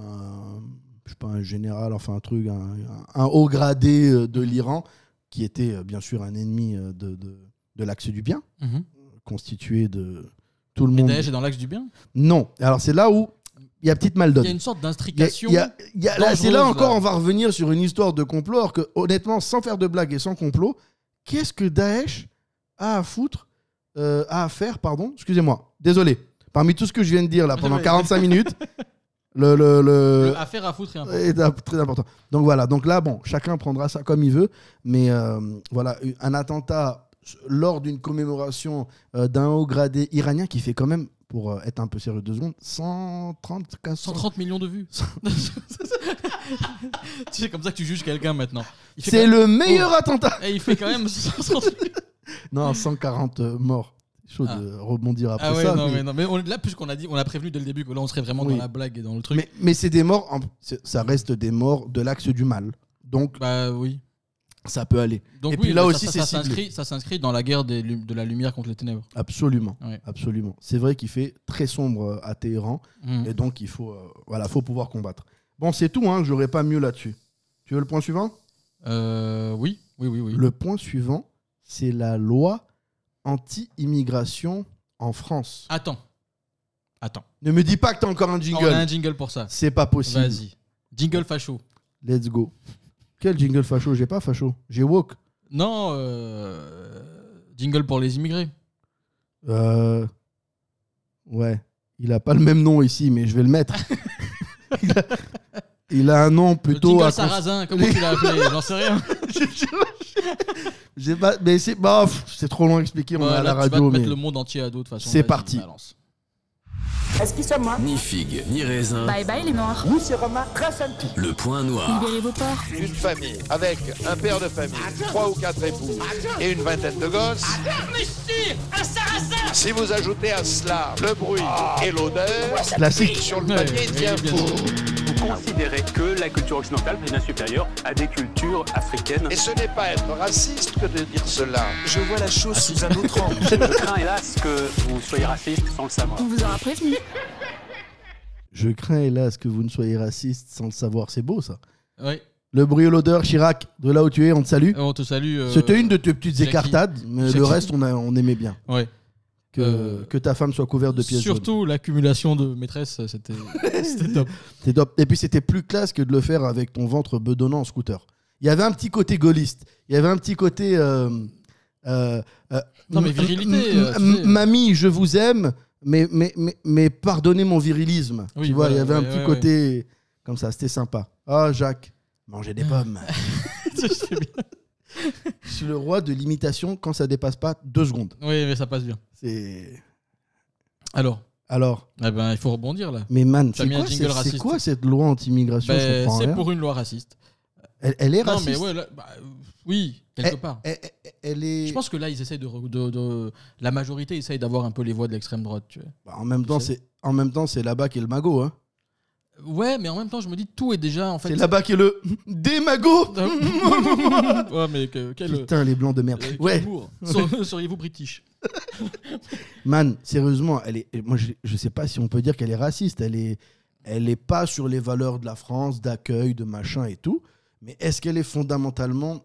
C: un, je sais pas, un général, enfin un truc, un, un haut gradé euh, de l'Iran, qui était euh, bien sûr un ennemi euh, de, de, de l'axe du bien,
B: Mhm.
C: constitué de tout le
B: Mais
C: monde.
B: Daesh est dans l'axe du bien
C: Non, alors c'est là où il y a petite
B: Il y a
C: maldonne.
B: une sorte
C: Il y a-
B: d'intrication.
C: il y a- il y a- là, c'est là
B: dangereuse,
C: encore,
B: là.
C: on va revenir sur une histoire de complot, alors que honnêtement, sans faire de blagues et sans complot, qu'est-ce que Daesh a à foutre, euh, a à faire, pardon, excusez-moi, désolé, parmi tout ce que je viens de dire là pendant
B: Ouais.
C: 45 minutes, le, le, le-
B: Le affaire à foutre et un peu.
C: est imp- très important. Donc voilà, donc là, bon, chacun prendra ça comme il veut, mais euh, voilà, un attentat lors d'une commémoration euh, d'un haut gradé iranien qui fait quand même, pour euh, être un peu sérieux deux secondes, 130,
B: 130 millions de vues. tu sais, comme ça que tu juges quelqu'un maintenant. Il fait
C: C'est
B: quand-
C: le meilleur attentat
B: Et il fait quand même 130 millions.
C: Non, 140 euh, morts. C'est chaud de rebondir après
B: Ah ouais,
C: ça.
B: non, mais,
C: mais
B: non, mais on- là, puisqu'on a dit, on a prévenu dès le début que là, on serait vraiment
C: Oui.
B: dans la blague et dans le truc.
C: mais- mais c'est des morts, en- c'est- ça reste des morts de l'axe du mal. Donc,
B: Bah oui.
C: ça peut aller.
B: Donc
C: et
B: oui,
C: puis là
B: mais ça-
C: aussi,
B: ça-
C: c'est
B: ça
C: ciblé.
B: s'inscrit- ça s'inscrit dans la guerre des lum- de la lumière contre les ténèbres.
C: Absolument,
B: Ouais.
C: absolument. C'est vrai qu'il fait très sombre euh, à Téhéran,
B: Mm.
C: et donc il faut, euh, voilà, faut pouvoir combattre. Bon, c'est tout. Hein, j'aurais pas mieux là-dessus. Tu veux le point suivant
B: Euh, Oui, oui, oui, oui.
C: Le point suivant, c'est la loi anti-immigration en France.
B: Attends. Attends.
C: Ne me dis pas que t'as encore un jingle.
B: On a un jingle pour ça.
C: C'est pas possible.
B: Vas-y. Jingle facho.
C: Let's go. Quel jingle facho J'ai pas facho. J'ai woke.
B: Non, euh, jingle pour les immigrés.
C: Euh, Ouais. Il a pas le même nom ici, mais je vais le mettre. il, a... il a un nom plutôt.
B: jingle
C: à cons-
B: sarrasin, comment tu l'as appelé J'en sais rien.
C: J'ai pas- Mais c'est bah, pff, c'est trop long à expliquer. on
B: Ouais,
C: est à
B: là,
C: la
B: tu vas
C: radio.
B: te mettre
C: mais-
B: le monde entier à dos, de toute façon.
C: C'est
B: Vas-y,
C: parti.
B: balance.
M: Est-ce qu'il soit moi
H: Ni figue, ni raisin.
M: Bye bye les noirs. Nous c'est Romain, grâce à
H: Le point noir.
M: Libérez vos porcs.
N: Une famille avec un père de famille, trois ou quatre époux et une vingtaine de gosses.
L: Monsieur, un sarrasin
N: Si vous ajoutez à cela le bruit et l'odeur,
C: Classique.
N: sur le panier devient fou.
O: Vous considérez que la culture occidentale est bien supérieure à des cultures africaines
N: Et ce n'est pas être raciste que de dire cela.
O: Je vois la chose sous un autre angle. Je crains hélas que vous soyez raciste sans le savoir.
M: On vous aura prévenu.
C: Je crains, hélas, que vous ne soyez raciste sans le savoir. C'est beau, ça.
B: Ouais.
C: Le bruit et l'odeur, Chirac, de là où tu es, on te salue.
B: on te salue. euh,
C: C'était une de tes petites
B: Jackie.
C: écartades, mais
B: Jackie.
C: le reste, on, a- on aimait bien.
B: Ouais.
C: Que, que ta femme soit couverte de pièces jaunes.
B: Surtout l'accumulation de maîtresses, c'était c'était top.
C: C'est top. Et puis, c'était plus classe que de le faire avec ton ventre bedonnant en scooter. Il y avait un petit côté gaulliste. Il y avait un petit côté. euh, euh, euh,
B: Non, mais
C: m-
B: virilité,
C: m-
B: euh, tu sais.
C: m- Mamie, je vous aime, mais, mais, mais, mais pardonnez mon virilisme.
B: Oui,
C: tu vois, il y
B: voilà,
C: avait un
B: ouais,
C: petit
B: ouais, Ah.
C: côté comme ça. C'était sympa. Ah, Jacques, mangez des pommes. Je suis le roi de l'imitation quand ça dépasse pas deux secondes.
B: Oui, mais ça passe bien.
C: C'est.
B: Alors
C: Alors
B: Eh ben, il faut rebondir là.
C: Mais man,
B: T'as
C: c'est
B: mis un
C: quoi,
B: jingle
C: cette- c'est
B: raciste.
C: quoi cette loi anti-immigration
B: Ben,
C: Je comprends
B: C'est
C: rien.
B: pour une loi raciste.
C: Elle, elle est
B: non,
C: raciste. Eh,
B: mais ouais, là, bah, euh, oui, quelque part.
C: elle est...
B: Je pense que là, ils essayent de, re- de- de- La majorité essaye d'avoir un peu les voix de l'extrême droite. Tu vois.
C: Bah, en même temps,
B: Tu sais.
C: c'est en même temps c'est là-bas qu'est le magot. Hein.
B: Ouais, mais en même temps, je me dis, tout est déjà. En fait,
C: C'est là-bas qu'est le démago.
B: ouais, mais que- quel. euh,
C: Putain, les blancs de merde.
B: quel
C: ouais.
B: humour. Ser- Seriez-vous british
C: Man, sérieusement, elle est. Moi, je, je sais pas si on peut dire qu'elle est raciste. Elle est. Elle est pas sur les valeurs de la France, d'accueil, de machin et tout. Mais est-ce qu'elle est fondamentalement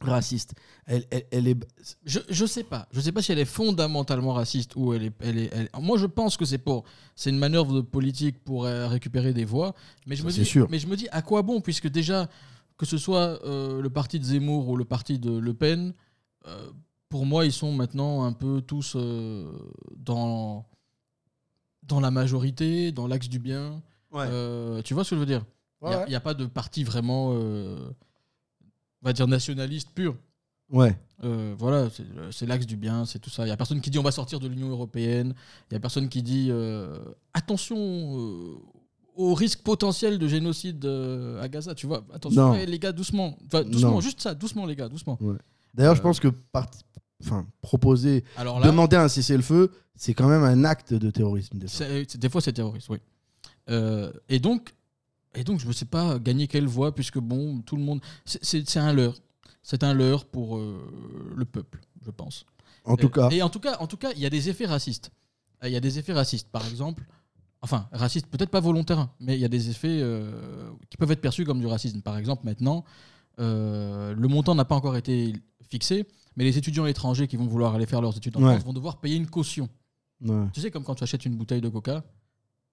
C: raciste elle, elle- elle est.
B: Je, je sais pas. Je sais pas si elle est fondamentalement raciste ou elle est. Elle est elle- Moi, je pense que c'est pour. C'est une manœuvre de politique pour euh, récupérer des voix. Mais je,
C: Ça,
B: me
C: c'est
B: dis,
C: sûr.
B: mais je me dis, à quoi bon Puisque déjà, que ce soit euh, le parti de Zemmour ou le parti de Le Pen, euh, pour moi, ils sont maintenant un peu tous euh, dans, dans la majorité, dans l'axe du bien. Euh, tu vois ce que je veux dire Il
C: Ouais,
B: n'y a,
C: ouais.
B: il y a pas de parti vraiment, euh, on va dire, nationaliste pur.
C: Ouais.
B: Euh, voilà, c'est- euh, c'est l'axe du bien, c'est tout ça. Il n'y a personne qui dit on va sortir de l'Union européenne. Il n'y a personne qui dit euh, attention euh, au risque potentiel de génocide euh, à Gaza. Tu vois, attention
C: Non.
B: eh, les gars, doucement. Enfin, doucement,
C: Non.
B: juste ça, doucement les gars, doucement.
C: Ouais. D'ailleurs, je
B: Euh,
C: pense que parti- enfin, proposer,
B: Alors là-
C: demander un cessez-le-feu, c'est quand même un acte de terrorisme. des fois.
B: C'est- c'est- Des fois, c'est terroriste, oui. Euh, et donc, et donc, je ne sais pas gagner quelle voix, puisque bon, tout le monde, c'est- c'est c'est un leurre. C'est un leurre pour euh, le peuple, je pense.
C: En tout cas.
B: Euh, Et en tout cas, en tout cas, il y a des effets racistes. Euh, Il y a des effets racistes, par exemple. Enfin, racistes, peut-être pas volontaires, mais il y a des effets euh, qui peuvent être perçus comme du racisme. Par exemple, maintenant, euh, le montant n'a pas encore été fixé, mais les étudiants étrangers qui vont vouloir aller faire leurs études en
C: Ouais.
B: France vont devoir payer une caution.
C: Ouais.
B: Tu sais, comme quand tu achètes une bouteille de coca,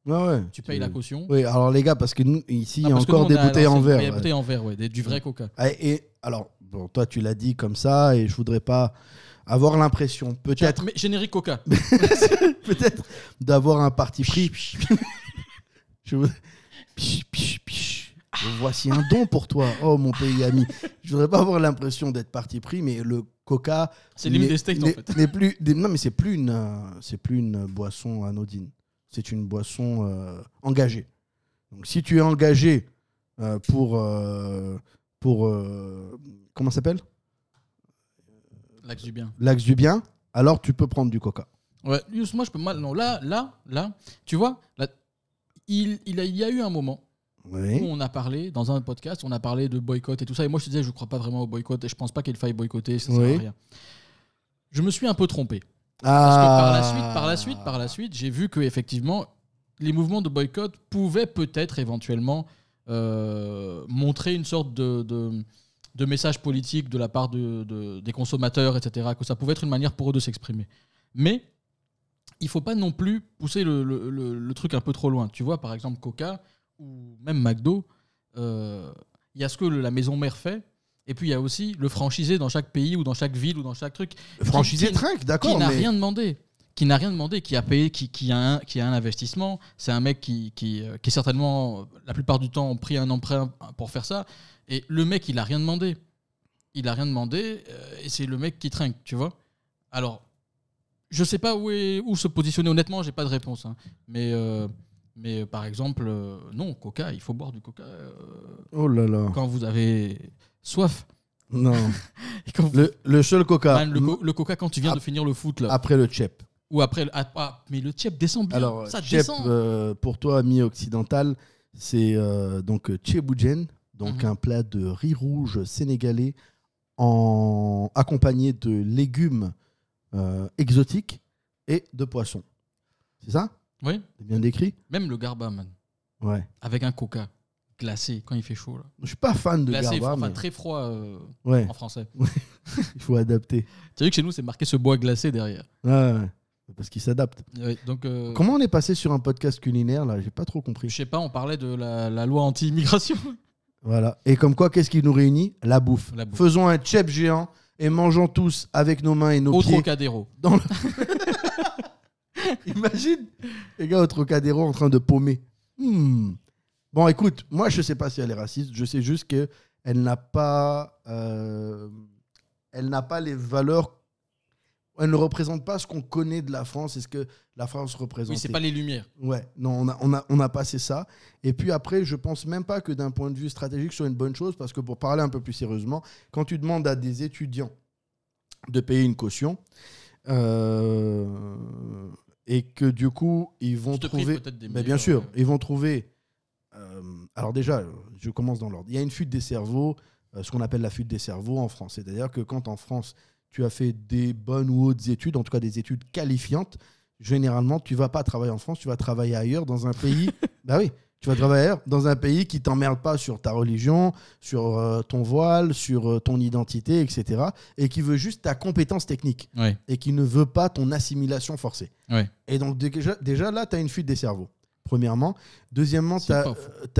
C: Ouais, ouais.
B: tu payes la caution.
C: Euh, Oui, alors les gars, parce que nous, ici, il y
B: Ah,
C: a
B: parce que
C: encore
B: nous,
C: des
B: on a-
C: bouteilles
B: alors,
C: en
B: c'est-
C: verre.
B: il y a des bouteilles en verre, ouais, des- du vrai coca.
C: Ah, Et, alors, bon, toi, tu l'as dit comme ça, et je voudrais pas avoir l'impression, peut-être,
B: Mais générique coca.
C: peut-être d'avoir un parti pris. je voudrais- Pish, pish, pish. Voici un don pour toi, oh mon pays ami. Je voudrais pas avoir l'impression d'être parti pris, mais le coca.
B: C'est limite
C: n'est-
B: des steaks, en
C: n'est-
B: fait.
C: n'est plus, des- non, mais c'est plus une, euh, c'est plus une boisson anodine. C'est une boisson euh, engagée. Donc si tu es engagé euh, pour euh, pour euh, comment ça s'appelle
B: L'axe du bien.
C: l'axe du bien, alors tu peux prendre du coca.
B: Ouais, Yous, moi je peux mal. Non, là, là, là, tu vois, là, il, il, a- il y a eu un moment
C: Oui.
B: où on a parlé dans un podcast, on a parlé de boycott et tout ça. Et moi, je te disais, je ne crois pas vraiment au boycott et je pense pas qu'il faille boycotter. Ça sert à
C: Oui.
B: rien. Je me suis un peu trompé.
C: Ah.
B: Parce que par la suite, par la suite, par la suite, j'ai vu que effectivement, les mouvements de boycott pouvaient peut-être éventuellement euh, montrer une sorte de, de- de message politique de la part de- de- des consommateurs, etc. Que ça pouvait être une manière pour eux de s'exprimer. Mais il faut pas non plus pousser le, le- le- le truc un peu trop loin. Tu vois, par exemple, Coca ou même McDo, euh, il y a ce que le- la maison mère fait. Et puis il y a aussi le franchisé dans chaque pays ou dans chaque ville ou dans chaque truc.
C: Le franchisé
B: Qui-
C: trinque, d'accord,
B: Qui n'a
C: mais-
B: rien demandé. Qui n'a rien demandé, qui a payé, qui, qui a, un, qui a un investissement. C'est un mec qui, qui, euh, qui certainement, euh, la plupart du temps, ont pris un emprunt pour faire ça. Et le mec, il n'a rien demandé. Il n'a rien demandé euh, et c'est le mec qui trinque, tu vois. Alors, je sais pas où, est- où se positionner honnêtement, j'ai pas de réponse. hein. Mais, euh, mais euh, par exemple, euh, non, coca, il faut boire du coca euh,
C: Oh là là.
B: quand vous avez soif.
C: Non.
B: Et quand vous- Ah,
C: le, le seul coca.
B: Man, Bah, le, co- le coca quand tu viens de finir le foot là.
C: Après le chep.
B: Ou après le- ah, ah, mais le chep descend bien.
C: Alors,
B: ça
C: chep,
B: descend.
C: euh, pour toi, ami occidental, c'est euh, donc euh, cheboujen,
B: Mhm.
C: donc un plat de riz rouge sénégalais en... accompagné de légumes euh, exotiques et de poissons. C'est ça
B: Oui.
C: C'est bien décrit
B: Même le garba man.
C: Ouais.
B: Avec un coca glacé quand il fait chaud là.
C: Je suis pas fan de
B: glacé,
C: garba,
B: enfin,
C: mais-
B: très froid euh,
C: Ouais.
B: en français.
C: Il faut adapter.
B: Tu as vu que chez nous c'est marqué ce bois glacé derrière.
C: Ouais, ouais. Parce qu'ils s'adaptent.
B: Ouais, donc euh,
C: Comment on est passé sur un podcast culinaire là J'ai pas trop compris.
B: Je sais pas, on parlait de la, la loi anti-immigration.
C: Voilà. Et comme quoi, qu'est-ce qui nous réunit La bouffe.
B: La bouffe.
C: Faisons un chep géant et mangeons tous avec nos mains et nos
B: Au
C: pieds.
B: Trocadéro.
C: Dans le- Imagine les gars au Trocadéro en train de paumer. Hmm. Bon, écoute, moi je sais pas si elle est raciste. Je sais juste que elle n'a pas, euh, elle n'a pas les valeurs. Elle ne représente pas ce qu'on connaît de la France et ce que la France représente.
B: Oui, c'est pas les Lumières.
C: Ouais, non, on a, on, a, on a passé ça. Et puis après, je pense même pas que d'un point de vue stratégique, ce soit une bonne chose, parce que pour parler un peu plus sérieusement, quand tu demandes à des étudiants de payer une caution, euh, et que du coup, ils vont
B: prives
C: trouver.
B: peut-être des
C: Mais
B: meilleurs,
C: bien sûr, ils vont trouver. euh, alors déjà, je commence dans l'ordre. Il y a une fuite des cerveaux, euh, ce qu'on appelle la fuite des cerveaux en France. C'est-à-dire que quand en France, tu as fait des bonnes ou hautes études, en tout cas des études qualifiantes, généralement, tu vas pas travailler en France, tu vas travailler ailleurs dans un pays. bah oui, tu vas travailler ailleurs dans un pays qui t'emmerde pas sur ta religion, sur euh, ton voile, sur euh, ton identité, etc. Et qui veut juste ta compétence technique
B: Ouais.
C: et qui ne veut pas ton assimilation forcée.
B: Ouais.
C: Et donc, déjà, déjà là, tu as une fuite des cerveaux, premièrement. Deuxièmement, tu as,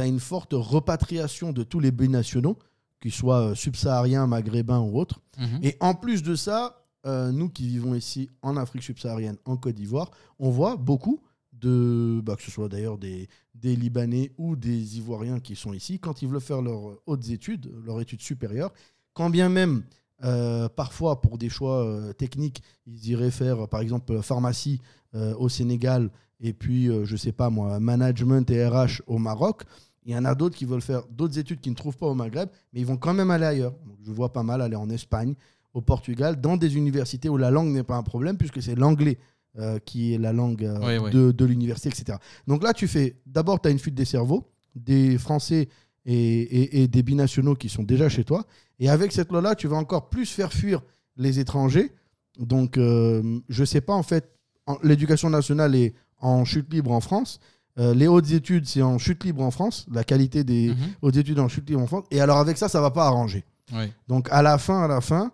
C: une forte repatriation de tous les binationaux, qu'ils soient euh, subsahariens, maghrébins ou autres.
B: Mhm.
C: Et en plus de ça, euh, nous qui vivons ici en Afrique subsaharienne, en Côte d'Ivoire, on voit beaucoup de, bah, que ce soit d'ailleurs des, des Libanais ou des Ivoiriens qui sont ici, quand ils veulent faire leurs hautes études, leurs études supérieures, quand bien même euh, parfois pour des choix euh, techniques, ils iraient faire euh, par exemple pharmacie euh, au Sénégal et puis euh, je sais pas moi management et RH au Maroc. Il y en a d'autres qui veulent faire d'autres études qui ne trouvent pas au Maghreb, mais ils vont quand même aller ailleurs. Donc, je vois pas mal aller en Espagne, au Portugal, dans des universités où la langue n'est pas un problème puisque c'est l'anglais euh, qui est la langue euh,
B: Ouais, ouais.
C: de de, de l'université, etc. Donc là, tu fais d'abord, tu as une fuite des cerveaux, des Français et, et- et des binationaux qui sont déjà chez toi. Et avec cette loi-là, tu vas encore plus faire fuir les étrangers. Donc, euh, je sais pas, en fait, en- l'éducation nationale est en chute libre en France. Euh, les hautes études, c'est en chute libre en France. La qualité
B: Mm.
C: des hautes études en chute libre en France. Et alors, avec ça, ça va pas arranger.
B: Mhm. Ouais.
C: Donc à la fin, à la fin,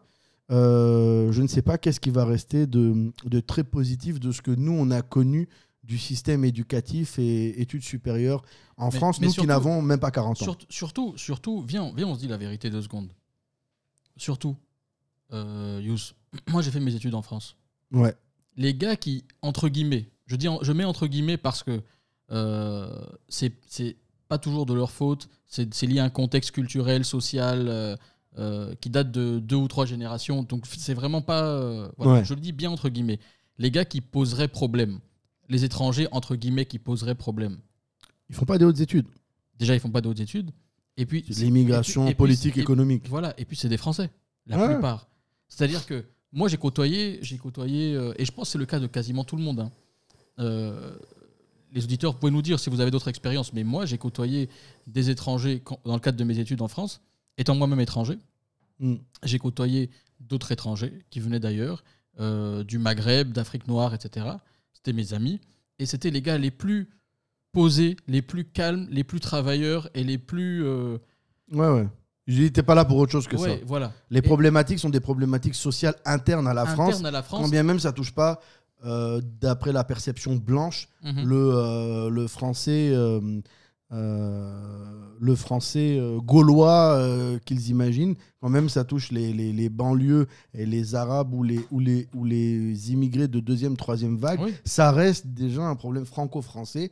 C: euh, je ne sais pas qu'est-ce qui va rester de, de très positif de ce que nous, on a connu du système éducatif et études supérieures en
B: Mais-
C: France,
B: mais
C: nous
B: surtout-
C: qui n'avons même pas 40 ans.
B: Surtout, surtout, surtout, viens, viens, on se dit la vérité deux secondes. Surtout, euh, Yous, moi j'ai fait mes études en France.
C: Ouais.
B: Les gars qui, entre guillemets, je, dis, en- je mets entre guillemets parce que euh, c'est c'est pas toujours de leur faute, c'est c'est lié à un contexte culturel, social, euh, euh, qui date de deux ou trois générations. Donc c'est vraiment pas. euh, voilà,
C: Ouais.
B: Je le dis bien entre guillemets. Les gars qui poseraient problème, les étrangers, entre guillemets, qui poseraient problème
C: Ils font pas des hautes études.
B: déjà ils font pas d'autres études et puis
C: C'est de l'immigration
B: et puis- et puis-
C: politique,
B: et-
C: économique.
B: voilà et puis c'est des français la
C: Ouais.
B: plupart c'est à dire que moi j'ai côtoyé j'ai côtoyé euh, et je pense que c'est le cas de quasiment tout le monde hein. Euh, les auditeurs, vous pouvez nous dire si vous avez d'autres expériences, mais moi, j'ai côtoyé des étrangers quand- dans le cadre de mes études en France, étant moi-même étranger.
C: Hmm.
B: J'ai côtoyé d'autres étrangers qui venaient d'ailleurs, euh, du Maghreb, d'Afrique noire, etc. C'était mes amis. Et c'était les gars les plus posés, les plus calmes, les plus travailleurs et les plus. euh,
C: Ouais, ouais. Ils n'étaient pas là pour autre chose que
B: Ouais,
C: ça.
B: voilà.
C: Les
B: Et-
C: problématiques sont des problématiques sociales internes à la
B: Internes
C: France.
B: à la France.
C: Quand bien même ça touche pas, euh, d'après la perception blanche,
B: Mhm.
C: le, euh, le français, euh, euh, le français euh, gaulois euh, qu'ils imaginent. Quand même, ça touche les, les- les banlieues et les arabes ou les, ou les, ou les immigrés de deuxième, troisième vague. Ça reste déjà un problème franco-français.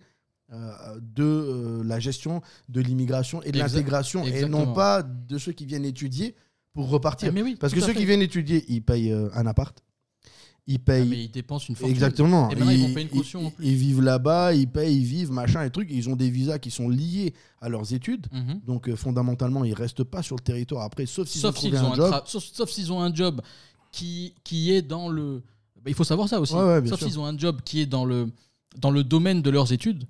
C: euh, de euh, la gestion de l'immigration et de
B: Exact-
C: l'intégration et non
B: exactement.
C: pas de ceux qui viennent étudier pour repartir.
B: Ah, mais oui,
C: Parce
B: tout
C: que
B: à
C: ceux
B: fait. Ah,
C: qui viennent étudier, ils payent euh, un appart. Ils payent.
B: mais ils dépensent une fortune.
C: Exactement.
B: Et maintenant, ils vont payer une caution,
C: ils-
B: en plus.
C: ils vivent là-bas, ils payent, ils vivent, machin et truc. Ils ont des visas qui sont liés à leurs études.
B: Mhm.
C: Donc, euh, fondamentalement, ils restent pas sur le territoire après, sauf s'ils ont
B: sauf
C: trouvé
B: s'ils ont,
C: un
B: un
C: job.
B: tra- sauf- sauf s'ils ont un job qui, qui est dans le. Bah, il faut savoir ça aussi.
C: Ouais, ouais, bien
B: sauf
C: sûr.
B: s'ils ont un job qui est dans le, dans le domaine de leurs études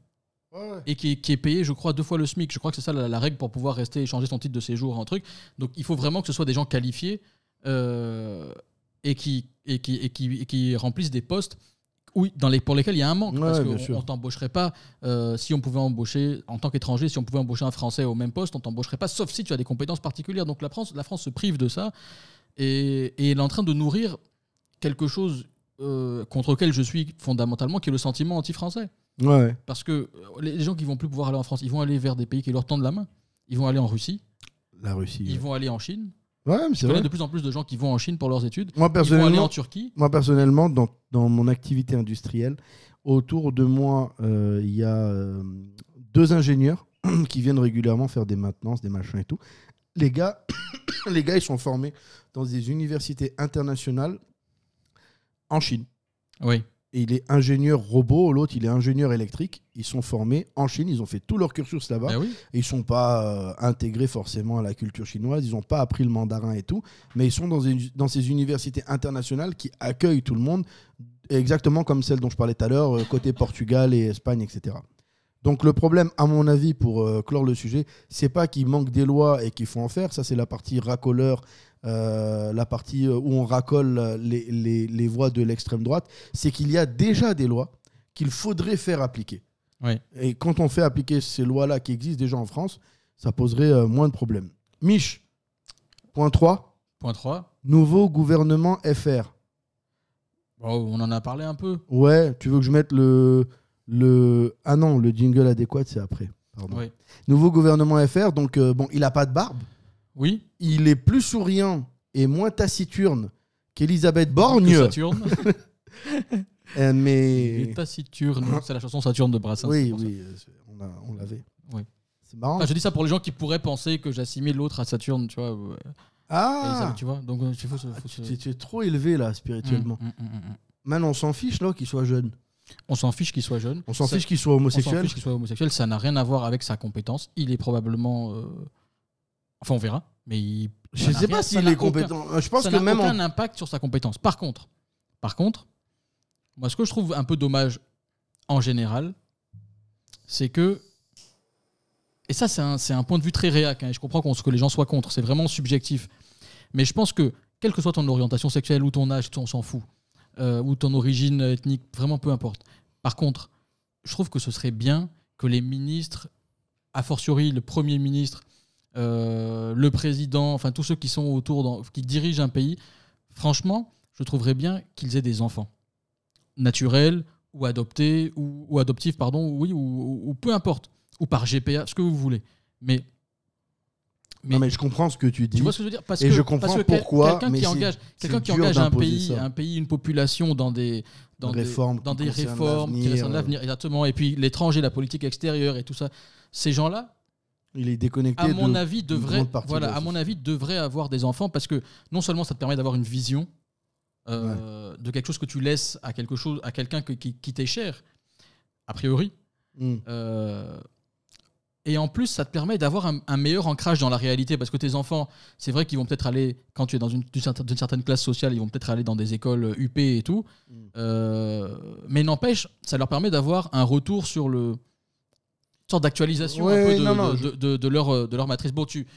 B: et qui est, qui est payé, je crois, deux fois le SMIC. Je crois que c'est ça la, la règle pour pouvoir rester échanger son titre de séjour en truc. Donc il faut vraiment que ce soit des gens qualifiés euh, et, qui, et, qui, et, qui, et qui remplissent des postes. où- dans les, pour lesquels il y a un manque,
C: Ouais,
B: parce
C: bien sûr.
B: qu'on ne t'embaucherait pas euh, si on pouvait embaucher, en tant qu'étranger, si on pouvait embaucher un Français au même poste, on t'embaucherait pas, sauf si tu as des compétences particulières. Donc la France, la France se prive de ça et, et elle est en train de nourrir quelque chose euh, contre lequel je suis fondamentalement, qui est le sentiment anti-français.
C: Ouais, ouais.
B: Parce que euh, les les gens qui vont plus pouvoir aller en France, ils vont aller vers des pays qui leur tendent la main. Ils vont aller en Russie,
C: La Russie.
B: ils vont aller en Chine.
C: Ouais, mais
B: Je
C: c'est
B: connais
C: vrai.
B: de plus en plus de gens qui vont en Chine pour leurs études.
C: Moi personnellement,
B: ils vont aller en Turquie.
C: Moi personnellement, dans, dans mon activité industrielle, autour de moi, euh, il y a euh, deux ingénieurs qui viennent régulièrement faire des maintenances, des machins et tout. Les gars, les gars, ils sont formés dans des universités internationales en Chine.
B: Oui.
C: Et il est ingénieur robot, l'autre il est ingénieur électrique. Ils sont formés en Chine, ils ont fait tout leur cursus là-bas.
B: Ben oui.
C: Et ils sont pas euh, intégrés forcément à la culture chinoise, ils n'ont pas appris le mandarin et tout, mais ils sont dans, une- dans ces universités internationales qui accueillent tout le monde, exactement comme celle dont je parlais tout à l'heure, euh, côté Portugal et Espagne, etc. Donc le problème, à mon avis, pour euh, clore le sujet, c'est pas qu'il manque des lois et qu'il faut en faire. Ça, c'est la partie racoleur, euh, la partie euh, où on racole euh, les, les- les voies de l'extrême droite. C'est qu'il y a déjà des lois qu'il faudrait faire appliquer.
B: Ouais.
C: Et quand on fait appliquer ces lois-là qui existent déjà en France, ça poserait euh, moins de problèmes. Mich, point 3,
B: Point 3.
C: nouveau gouvernement FR.
B: Oh, on en a parlé un peu.
C: Ouais, tu veux que je mette le. le... Ah non, le jingle adéquat, c'est après. Pardon.
B: Oui.
C: Nouveau gouvernement FR, donc euh, bon, il n'a pas de barbe.
B: Oui.
C: Il est plus souriant et moins taciturne qu'Elisabeth Borgne.
B: Que Saturne.
C: Euh,
B: Il
C: mais.
B: est taciturne. C'est la chanson Saturne de Brassens. c'est
C: Ah. Oui,
B: pour ça.
C: oui, euh, c'est- on, a- on l'avait.
B: Oui.
C: C'est marrant.
B: Enfin, je dis ça pour les gens qui pourraient penser que j'assimile l'autre à Saturne, tu vois. ouais.
C: Ah.
B: Et ça, tu vois. Donc euh, il faut, se- faut se-
C: Tu tu es trop élevé là, spirituellement.
B: Mm, mm, mm, mm.
C: Man, on s'en fiche là qu'il soit jeune.
B: On s'en fiche qu'il soit jeune.
C: On s'en
B: Ça-
C: fiche qu'il soit homosexuel.
B: On s'en fiche qu'il soit homosexuel. Ça n'a rien à voir avec sa compétence. Il est probablement. euh, Enfin, on verra. Mais il.
C: Je
B: ça n'a
C: sais pas
B: rien-
C: s'il
B: ça n'a
C: est compétent. Euh,
B: aucun-
C: Je pense
B: ça
C: que
B: n'a
C: même en-
B: aucun impact sur sa compétence. Par contre, par contre, moi, ce que je trouve un peu dommage en général, c'est que. Et ça, c'est un, c'est un point de vue très réac. hein, et je comprends qu'on- que les gens soient contre. C'est vraiment subjectif. Mais je pense que, quelle que soit ton orientation sexuelle ou ton âge, on s'en fout, euh, ou ton origine ethnique, vraiment peu importe. Par contre, je trouve que ce serait bien que les ministres, a fortiori le Premier ministre, euh, le président, enfin tous ceux qui sont autour, dans- qui dirigent un pays, franchement, je trouverais bien qu'ils aient des enfants naturels ou adoptés ou, ou adoptifs, pardon, oui, ou, ou- ou peu importe, ou par GPA, ce que vous voulez. Mais
C: Non, mais je comprends ce que tu dis.
B: tu vois ce que je veux dire parce
C: Et
B: que,
C: je comprends
B: parce que quel-
C: pourquoi.
B: Quelqu'un
C: mais
B: qui
C: c'est-
B: engage,
C: c'est
B: quelqu'un qui
C: dur
B: engage un
C: d'imposer
B: pays,
C: ça.
B: un pays, une population dans des dans des
C: Réformes qui
B: dans des
C: concernent
B: réformes qui
C: l'avenir,
B: concernent
C: euh.
B: l'avenir, exactement. Et puis l'étranger, la politique extérieure et tout ça. Ces gens-là,
C: Il est déconnecté.
B: à mon
C: de-
B: avis,
C: d'une
B: devraient
C: grande partie de
B: voilà,
C: la
B: à mon avis, devraient avoir des enfants parce que non seulement ça te permet d'avoir une vision euh, de quelque chose que tu laisses à quelque chose
C: Hmm.
B: à quelqu'un que- qui, qui t'est cher, a priori.
C: Mm.
B: Euh, Et en plus, ça te permet d'avoir un, un meilleur ancrage dans la réalité parce que tes enfants, c'est vrai qu'ils vont peut-être aller, quand tu es dans une, d'une certaine d'une certaine classe sociale, ils vont peut-être aller dans des écoles euh, UP et tout.
C: Mm.
B: Euh, mais n'empêche, ça leur permet d'avoir un retour sur le. Une sorte d'actualisation
C: Ouais,
B: un peu
C: ouais,
B: de,
C: non, non,
B: de- de- de leur, euh, de leur matrice. Bon, tu.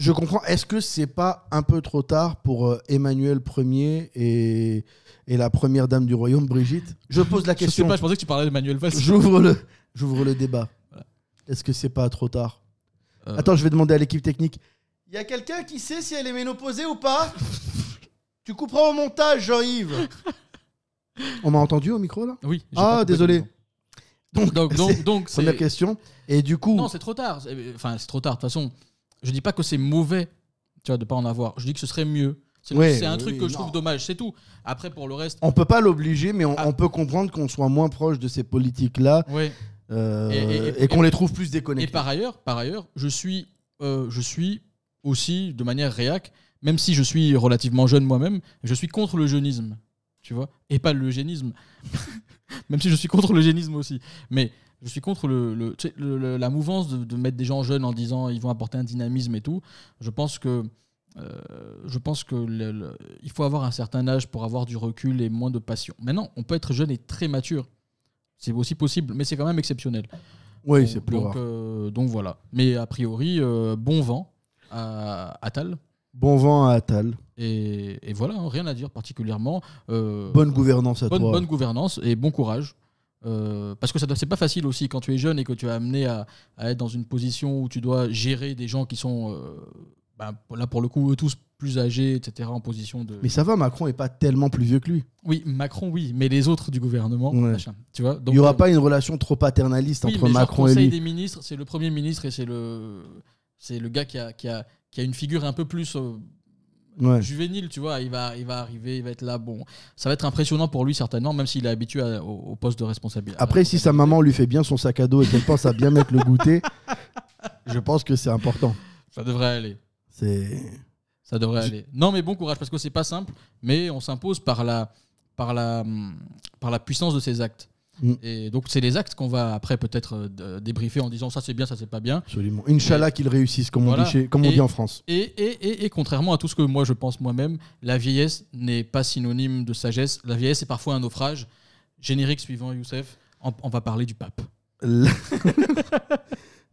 C: Je comprends. Est-ce que c'est pas un peu trop tard pour euh, Emmanuel Ier et, et la première dame du royaume, Brigitte Je pose la
B: Je sais
C: question.
B: pas, je pensais que tu parlais de Manuel Valls.
C: J'ouvre le, j'ouvre le débat. Est-ce que c'est pas trop tard
B: Euh.
C: Attends, je vais demander à l'équipe technique. Il y a quelqu'un qui sait si elle est ménopausée ou pas Tu couperas au montage, Jean-Yves. On m'a entendu au micro là
B: Oui. j'ai pas
C: Ah,
B: coupé
C: désolé.
B: le Donc, donc,
C: c'est-
B: donc, donc,
C: première
B: c'est-
C: question. Et du coup,
B: Non, c'est trop tard. C'est- euh, Enfin, c'est trop tard. De toute façon, je dis pas que c'est mauvais, tu vois, de pas en avoir. Je dis que ce serait mieux. C'est
C: Ouais, euh,
B: c'est un
C: oui,
B: truc que je
C: non.
B: trouve dommage, c'est tout. Après, pour le reste.
C: on peut pas l'obliger, mais on,
B: Ah.
C: on peut comprendre qu'on soit moins proche de ces politiques-là
B: Ouais.
C: euh, et, qu'on les trouve plus déconnectés.
B: Et par ailleurs, par ailleurs, je suis, euh, je suis aussi de manière réac, même si je suis relativement jeune moi-même, je suis contre le jeunisme, tu vois, et pas l'eugénisme. même si je suis contre l'eugénisme aussi, mais je suis contre le, le- tu sais, le- le- la mouvance de, de mettre des gens jeunes en disant ils vont apporter un dynamisme et tout. Je pense que euh, je pense que le- le- il faut avoir un certain âge pour avoir du recul et moins de passion. Maintenant, on peut être jeune et très mature. C'est aussi possible, mais c'est quand même exceptionnel.
C: Oui,
B: Donc-
C: c'est plus
B: donc,
C: rare.
B: euh, donc voilà. Mais a priori, euh, bon vent à, à Tal.
C: Bon vent à Attal.
B: Et, et voilà, hein, rien à dire particulièrement. Euh,
C: Bonne gouvernance à
B: bonne,
C: toi.
B: Bonne gouvernance et bon courage. Euh, parce que ça doit- c'est pas facile aussi quand tu es jeune et que tu es amené à, à être dans une position où tu dois gérer des gens qui sont euh, ben, là pour le coup eux tous plus âgés, etc. en position de.
C: Mais ça va, Macron est pas tellement plus vieux que lui.
B: Oui, Macron, oui, mais les autres du gouvernement,
C: Ouais.
B: machin, tu vois.
C: Il
B: donc,
C: n'y aura
B: euh,
C: pas une relation trop paternaliste
B: Oui,
C: entre
B: mais genre,
C: Macron et
B: conseil
C: lui.
B: des ministres, c'est le premier ministre et c'est le c'est le gars qui a, qui, a, qui a une figure un peu plus euh,
C: Ouais.
B: juvénile, tu vois. Il va, il va arriver, il va être là. Bon, ça va être impressionnant pour lui certainement, même s'il est habitué à- au, au poste de responsabilité.
C: Après, si sa maman lui fait bien son sac à dos et qu'elle pense à bien mettre le goûter, je pense que c'est important.
B: Ça devrait aller.
C: C'est.
B: Ça devrait
C: Je-
B: aller. Non, mais bon courage parce que c'est pas simple, mais on s'impose par la par la hum, par la puissance de ses actes.
C: Mm.
B: Et donc c'est les actes qu'on va après peut-être euh, d- débriefer en disant ça c'est bien, ça c'est pas bien.
C: Absolument. Inch'Allah qu'ils réussissent, comme on dit chez- comme on
B: Et-
C: dit en France.
B: Et, et- et- et contrairement à tout ce que moi je pense moi-même, la vieillesse n'est pas synonyme de sagesse. La vieillesse est parfois un naufrage. Générique suivant, Youssef, on, on va parler du pape.
C: Là-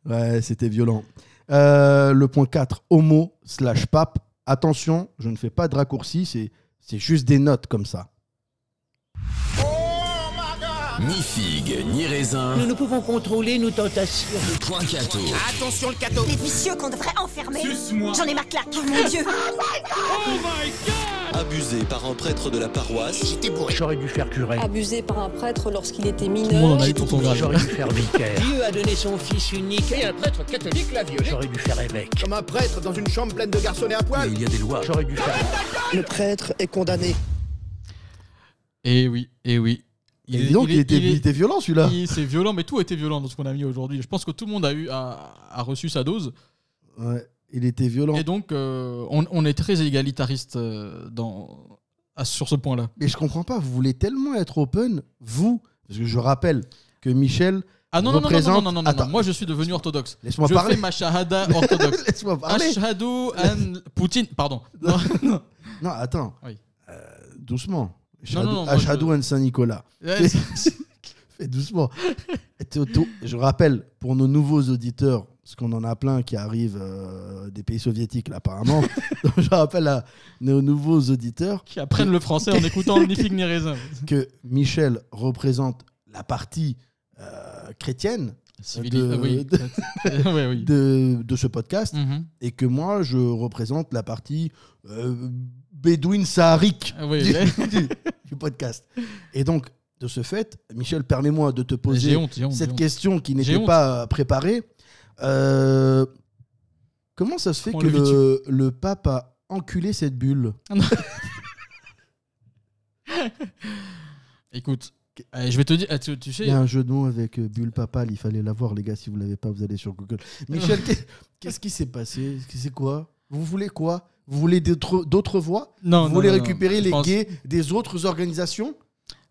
C: ouais, c'était violent. Euh, le point 4, homo slash pape. Attention, je ne fais pas de raccourci, c'est, c'est juste des notes comme ça.
H: Ni figue, ni raisin.
P: Nous ne pouvons contrôler nos tentations.
H: Le point gâteau.
P: Attention le cadeau Les vicieux qu'on devrait enfermer
Q: Suce-moi. J'en ai
P: ma claque Oh mon dieu
Q: Abusé par un prêtre de la paroisse. J'étais bourré. J'aurais dû faire curé.
R: Abusé par un prêtre lorsqu'il était mineur.
Q: J'aurais dû faire vicaire.
P: Dieu a donné son fils unique et un prêtre catholique l'a violé.
Q: J'aurais dû faire évêque. Comme un prêtre dans une chambre pleine de garçons à poil. il y a des lois. J'aurais dû faire.
P: Le prêtre est condamné.
B: Et oui, et oui.
C: Et dis donc, il était- il était violent, celui-là.
B: Il- C'est violent, mais tout était violent dans ce qu'on a mis aujourd'hui. Je pense que tout le monde a, eu, a, a reçu sa dose.
C: Ouais, il était violent.
B: Et donc, euh, on, on est très égalitariste euh, dans, à- sur ce point-là.
C: Mais je comprends pas, vous voulez tellement être open, vous, parce que je rappelle que Michel
B: Ah non, non, non, non,
C: représente...
B: non, non, non, non, moi je suis devenu orthodoxe.
C: Laisse-moi
B: je
C: parler.
B: fais ma shahada orthodoxe.
C: Laisse-moi parler.
B: Ashhadu an Poutine, pardon. Non,
C: non, attends. Euh,
B: Oui.
C: Doucement.
B: Non, non, non, moi,
C: Ashadou
B: je-
C: and Saint-Nicolas.
B: Ouais,
C: Fais doucement. T'es auto- Je rappelle, pour nos nouveaux auditeurs, parce qu'on en a plein qui arrivent euh, des pays soviétiques, là, apparemment. Donc, je rappelle à nos nouveaux auditeurs.
B: Qui apprennent le français en écoutant ni figue ni raisin.
C: Que Michel représente la partie euh, chrétienne.
B: Civilis-
C: De,
B: euh, oui.
C: de,
B: Ouais, oui.
C: de- de ce podcast
B: Mhm.
C: et que moi je représente la partie euh, bédouine saharique
B: Ah oui.
C: du- du- du podcast. Et donc, de ce fait, Michel, permets-moi de te poser
B: J'ai honte, j'ai honte,
C: cette
B: j'ai honte.
C: question qui
B: J'ai
C: n'était
B: honte.
C: pas euh, préparée. Euh, comment ça se fait
B: Comment
C: que
B: le vis-tu
C: le, le pape a enculé cette bulle
B: Écoute, euh, je vais te dire, euh, tu, tu sais,
C: Il y a un jeu de mots avec euh, bulle papale, il fallait l'avoir, les gars. Si vous ne l'avez pas, vous allez sur Google. Michel, qu'est- qu'est-ce qui s'est passé Qu'est-ce que C'est quoi Vous voulez quoi Vous voulez d'autres d'autres voix
B: Non,
C: Vous
B: non,
C: voulez
B: non, non,
C: récupérer
B: je
C: les
B: pense-
C: gays des autres organisations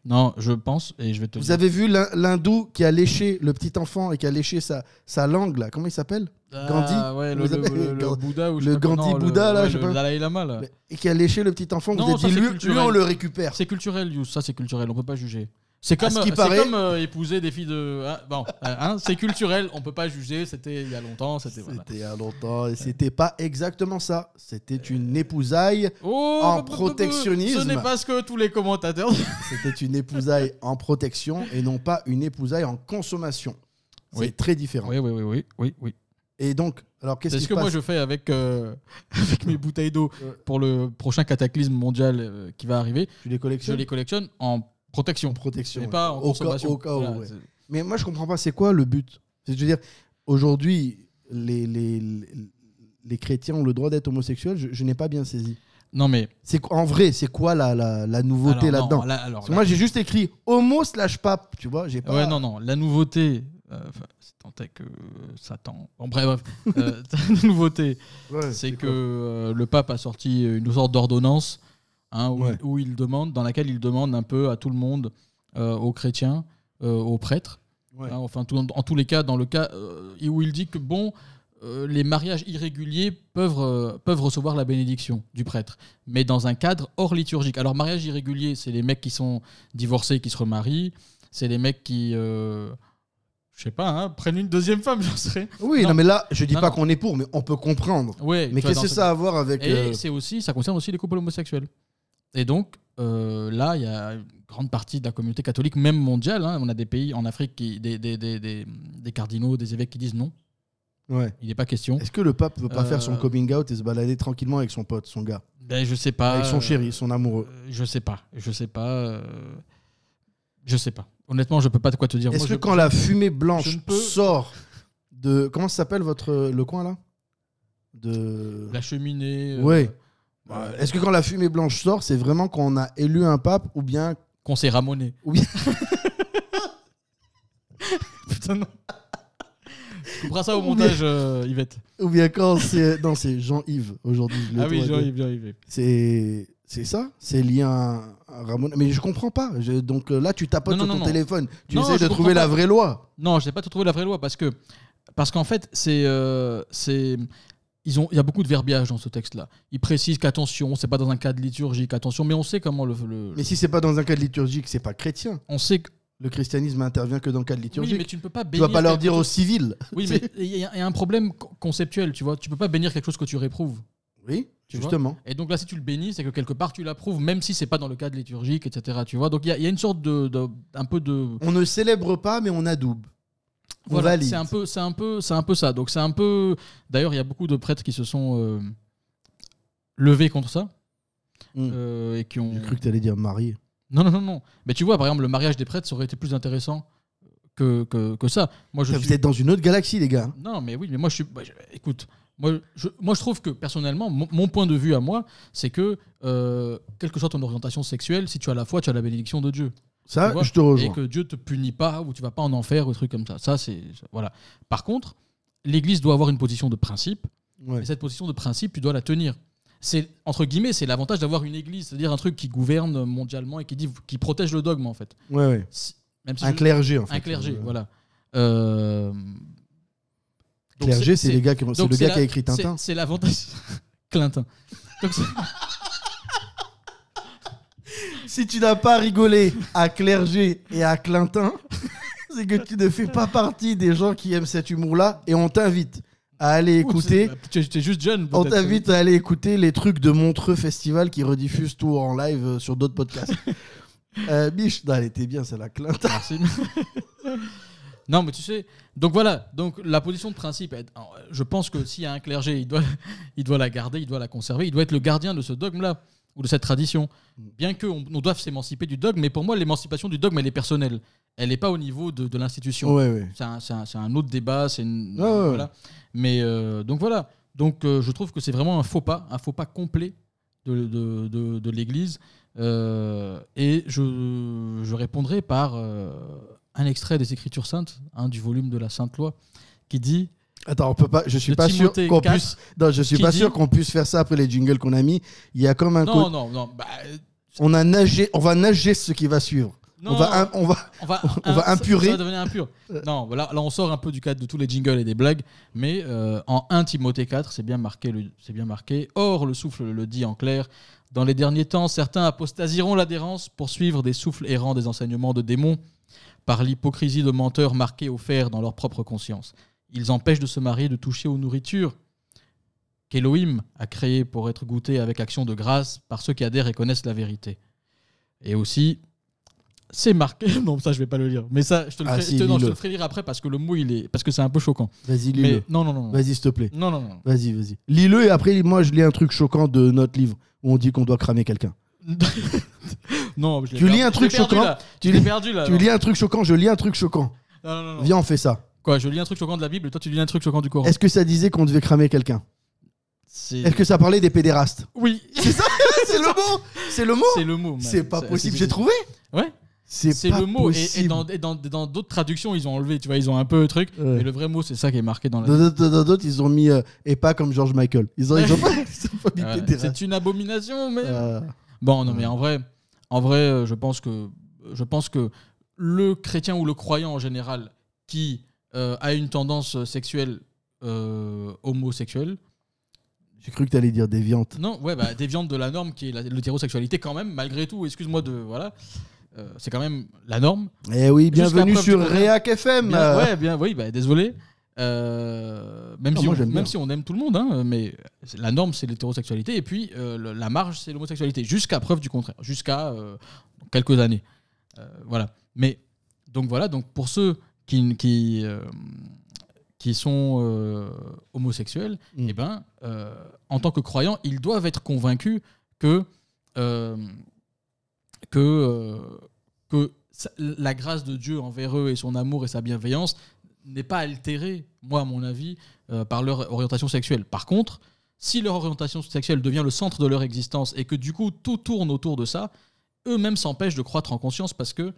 B: Non, je pense, et je vais te
C: Vous
B: dire.
C: avez vu l'hin- l'hindou qui a léché le petit enfant et qui a léché sa, sa langue, là Comment il s'appelle
B: Ah,
C: Gandhi
B: ouais, le-
C: Vous
B: le-
C: avez-
B: le- le
C: Gand-
B: Bouddha ou je
C: Le
B: sais pas quoi.
C: Gandhi
B: Non, le-
C: Bouddha, là,
B: ouais,
C: je sais
B: le
C: pas.
B: Dalai Lama, là.
C: Mais- Et qui a léché le petit enfant. Vous
B: Non,
C: avez
B: ça,
C: dit,
B: c'est
C: lui, lui,
B: culturel.
C: on le récupère.
B: C'est culturel, Yous, ça c'est culturel, on peut pas juger. C'est
C: À
B: comme,
C: ce qui
B: c'est
C: paraît-
B: comme, euh, épouser des filles de. ah, bon, euh, hein, c'est culturel, on peut pas juger, c'était il y a longtemps, c'était. voilà.
C: C'était il y a longtemps et c'était pas exactement ça. C'était une épousaille
B: Oh,
C: en
B: bah, bah, bah, bah, Ce n'est
C: protectionnisme.
B: pas ce que tous les commentateurs.
C: C'était une épousaille en protection et non pas une épousaille en consommation. C'est
B: Oui.
C: très différent.
B: Oui, oui, oui, oui, oui, oui.
C: Et donc, alors qu'est-ce
B: C'est
C: qui
B: ce
C: se
B: que moi
C: passe
B: je fais avec, euh, avec mes bouteilles d'eau pour le prochain cataclysme mondial euh, qui va arriver.
C: Tu les collectionnes
B: Je les collectionne en protection. protection. Et pas en
C: Au cas-
B: consommation.
C: au cas où,
B: Voilà,
C: ouais.
B: c'est-
C: Mais moi, je comprends pas, c'est quoi le but C'est-à-dire, aujourd'hui, les, les, les, les chrétiens ont le droit d'être homosexuels, je, je n'ai pas bien saisi.
B: Non, mais.
C: c'est quoi- En vrai, c'est quoi la, la, la nouveauté
B: Alors, non,
C: là-dedans
B: là, alors,
C: Parce que
B: là-
C: Moi, j'ai juste écrit homo slash pape, tu vois, j'ai pas.
B: Ouais, non, non. La nouveauté, euh, enfin, c'est tant est que euh, Satan. En bref, bref. Euh, la nouveauté,
C: Ouais,
B: c'est que euh, le pape a sorti une sorte d'ordonnance hein, où, où il demande, dans laquelle il demande un peu à tout le monde, euh, aux chrétiens, euh, aux prêtres,
C: Ouais.
B: hein, enfin, tout- en tous les cas, dans le cas euh, où il dit que bon. euh, les mariages irréguliers peuvent, euh, peuvent recevoir la bénédiction du prêtre, mais dans un cadre hors liturgique. Alors, mariage irrégulier, c'est les mecs qui sont divorcés, qui se remarient, c'est les mecs qui, euh, je sais pas, hein, prennent une deuxième femme, j'en serais.
C: Oui, non, mais là, je dis
B: Non,
C: pas
B: non.
C: qu'on est pour, mais on peut comprendre.
B: Ouais,
C: mais
B: tu vois,
C: qu'est-ce que
B: dans ce-
C: ça a à voir avec.
B: Et
C: euh,
B: c'est aussi, ça concerne aussi les couples homosexuels. Et donc, euh, là, il y a une grande partie de la communauté catholique, même mondiale. hein, on a des pays en Afrique, qui, des, des, des, des, des cardinaux, des évêques qui disent non.
C: Ouais.
B: Il n'est pas question.
C: Est-ce que le pape peut pas
B: Euh,
C: faire son coming out et se balader tranquillement avec son pote, son gars
B: Ben, je sais pas.
C: Avec son
B: euh,
C: chéri, son amoureux.
B: euh, Je sais pas. Je sais pas. euh, Je sais pas. Honnêtement, je peux pas de quoi te dire.
C: Est-ce
B: Moi,
C: que
B: je-
C: quand
B: je-
C: la fumée blanche
B: je ne peux-
C: sort de. Comment ça s'appelle votre. euh, le coin là De.
B: La cheminée. euh, bah,
C: Ouais. Euh, Est-ce que quand la fumée blanche sort, c'est vraiment qu'on a élu un pape ou bien.
B: Qu'on s'est ramoné.
C: Ou bien.
B: Putain, non. Tu couperas ça au montage, euh, Yvette.
C: Ou bien quand c'est. Non, c'est Jean-Yves aujourd'hui. je l'ai
B: Ah oui,
C: trouvé.
B: Jean-Yves, Jean-Yves, oui.
C: C'est. C'est ça C'est lié à un- à Ramon. Mais je comprends pas. Je- Donc euh, là, tu tapotes
B: Non, non,
C: sur ton
B: non, non.
C: téléphone. Tu
B: Non,
C: essaies
B: je
C: de
B: comprends
C: trouver la
B: pas.
C: vraie loi.
B: Non, je n'ai pas tout trouvé la vraie loi parce que parce qu'en fait, c'est euh, c'est ils ont il y a beaucoup de verbiage dans ce texte-là. Ils précisent qu'attention, c'est pas dans un cadre liturgique, attention, mais on sait comment le, le-
C: Mais si c'est pas dans un cadre liturgique, c'est pas chrétien.
B: On sait que
C: le christianisme intervient que dans le cadre liturgique.
B: mais tu ne peux pas
C: vas
B: bénir
C: pas leur
B: quelque
C: dire aux
B: chose.
C: civils.
B: Oui, mais il y, a il y a un problème co- conceptuel, tu vois, tu peux pas bénir quelque chose que tu réprouves.
C: Oui,
B: tu
C: justement.
B: Vois Et donc là, si tu le bénis, c'est que quelque part tu l'approuves, même si c'est pas dans le cadre liturgique, etc. Tu vois, donc il y, a- il y a une sorte de, de- un peu de
C: On ne célèbre pas, mais on adoube. On
B: Voilà,
C: valide.
B: c'est un peu, c'est un peu, c'est un peu ça. Donc c'est un peu. D'ailleurs, il y a beaucoup de prêtres qui se sont euh, levés contre ça Euh, et qui ont.
C: Mm. J'ai cru que t'allais dire marié.
B: Non, non, non, non. Mais tu vois, par exemple, le mariage des prêtres, ça aurait été plus intéressant que, que, que ça. Moi, je
C: Vous
B: suis-
C: êtes dans une autre galaxie, les gars.
B: Non, mais oui, mais moi, je suis. bah, je- Écoute, moi, je, moi, je trouve que personnellement, mon, mon point de vue à moi, c'est que euh, quelle que soit ton orientation sexuelle, si tu as la foi, tu as la bénédiction de Dieu.
C: Ça,
B: Tu vois
C: je te rejoins.
B: Et que Dieu te punit pas ou tu vas pas en enfer ou des trucs comme ça. Ça, c'est voilà. Par contre, l'Église doit avoir une position de principe.
C: Ouais.
B: Et cette position de principe, tu dois la tenir. C'est entre guillemets, c'est l'avantage d'avoir une Église, c'est-à-dire un truc qui gouverne mondialement et qui dit, qui protège le dogme en fait.
C: Ouais, ouais.
B: Si- même si
C: Un
B: je-
C: clergé, en
B: Un
C: fait.
B: clergé,
C: Euh,
B: voilà. Euh, donc
C: Clergé, c'est les gars qui ont- c'est
B: donc
C: le
B: c'est
C: gars qui a
B: la-
C: écrit Tintin.
B: c'est- C'est l'avantage. Clintin. Donc c'est-
C: Si tu n'as pas rigolé à Clergé et à Clintin, c'est que tu ne fais pas partie des gens qui aiment cet humour-là et on t'invite à aller écouter.
B: euh, Tu es juste jeune.
C: On
B: peut-être.
C: t'invite à aller écouter les trucs de Montreux Festival qui rediffusent tout en live euh, sur d'autres podcasts. euh, Biche, non, elle était bien, celle-là, Clintin.
B: Non, mais tu sais, donc voilà, donc la position de principe, est- euh, je pense que s'il y a un clergé, il doit, il doit la garder, il doit la conserver, il doit être le gardien de ce dogme-là, ou de cette tradition. Bien qu'on on doive s'émanciper du dogme, mais pour moi, l'émancipation du dogme, elle est personnelle. Elle n'est pas au niveau de, de l'institution.
C: Ouais, ouais.
B: C'est un, c'est un- c'est un autre débat, c'est une.
C: Ouais, ouais,
B: voilà. Mais euh, donc voilà, donc euh, je trouve que c'est vraiment un faux pas, un faux pas complet de, de, de- de l'Église. Euh, et je, je répondrai par euh, un extrait des Écritures saintes, hein, du volume de la Sainte Loi, qui dit.
C: Attends, on peut pas. Je suis
B: De
C: pas
B: Timothée
C: sûr qu'on
B: 4,
C: puisse. Non, je suis
B: qui
C: pas
B: dit-
C: sûr qu'on puisse faire ça après les jingles qu'on a mis. Il y a comme un.
B: Non,
C: co-
B: non, non. bah,
C: On a nagé. On va nager ce qui va suivre. on va,
B: non.
C: im- on va,
B: on va,
C: on va
B: ça-
C: impurer.
B: Ça, va devenir impur. non, voilà, là on sort un peu du cadre de tous les jingles et des blagues, mais euh, en 1 Timothée 4, c'est bien marqué. le- C'est bien marqué. Or, le souffle le dit en clair. Dans les derniers temps, certains apostasieront l'adhérence pour suivre des souffles errants des enseignements de démons par l'hypocrisie de menteurs marqués au fer dans leur propre conscience. Ils empêchent de se marier, de toucher aux nourritures qu'Elohim a créées pour être goûtées avec action de grâce par ceux qui adhèrent et connaissent la vérité. Et aussi, c'est marqué. Non, ça, je vais pas le lire. Mais ça, je te le,
C: Ah,
B: ferai,
C: si,
B: je te- non, je te
C: lis-le.
B: le ferai lire après parce que le mot, il est, parce que c'est un peu choquant.
C: Vas-y,
B: Mais-
C: lis-le.
B: Non, non, non. non.
C: Vas-y, s'il te plaît.
B: Non, non, non.
C: Vas-y, vas-y. Lis-le et après, moi, je lis un truc choquant de notre livre où on dit qu'on doit cramer quelqu'un.
B: Non, je l'ai
C: Tu lis
B: perdu.
C: un
B: Je
C: truc
B: l'ai perdu,
C: choquant.
B: là.
C: Tu
B: Je l'ai
C: lis-
B: perdu là.
C: Tu
B: non.
C: lis un truc choquant, je lis un truc choquant.
B: Non, non, non, non.
C: Viens, on fait ça.
B: Quoi, je lis un truc choquant de la Bible et toi, tu lis un truc choquant du Coran.
C: Est-ce que ça disait qu'on devait cramer quelqu'un
B: C'est-
C: Est-ce que ça parlait des pédérastes
B: Oui.
C: C'est ça C'est le mot C'est le mot
B: C'est le mot. man.
C: C'est pas possible,
B: c'est-
C: j'ai trouvé
B: Ouais.
C: C'est pas
B: le mot. Et- Et,
C: possible.
B: dans et dans- dans d'autres traductions, ils ont enlevé, tu vois, ils ont un peu le truc. Mais le vrai mot, c'est ça qui est marqué dans la
C: Dans d'autres- dans d'autres, ils ont mis euh, et pas comme George Michael. Ils ont, ils ont pas.
B: Ouais, C'est hein. une abomination, mais.
C: Euh.
B: Bon, non, mais en vrai, en vrai, euh, je pense que je pense que le chrétien ou le croyant en général qui euh, a une tendance sexuelle euh, homosexuelle,
C: J'ai cru que t'allais dire déviante.
B: non, ouais, bah, déviante de la norme qui est la- l'hétérosexualité quand même, malgré tout. Excuse-moi de voilà. euh, c'est quand même la norme.
C: Eh oui,
B: Jusqu'à
C: bienvenue
B: preuve du
C: sur
B: contraire.
C: Réac FM,
B: Bien-
C: euh.
B: ouais, bien, oui, bah, désolé. Euh, même
C: Non,
B: si
C: moi,
B: on,
C: j'aime
B: même
C: bien.
B: si on aime tout le monde, hein, mais c'est- la norme c'est l'hétérosexualité et puis euh, le- la marge c'est l'homosexualité, jusqu'à preuve du contraire, jusqu'à euh, quelques années. Euh, voilà. Mais donc voilà, donc pour ceux qui, qui, euh, qui sont euh, homosexuels,
C: Mm.
B: eh ben, euh, en tant que croyants, ils doivent être convaincus que, euh, que, euh, que sa- la grâce de Dieu envers eux et son amour et sa bienveillance n'est pas altérée, moi à mon avis, euh, par leur orientation sexuelle. Par contre, si leur orientation sexuelle devient le centre de leur existence et que du coup tout tourne autour de ça, eux-mêmes s'empêchent de croître en conscience parce que euh,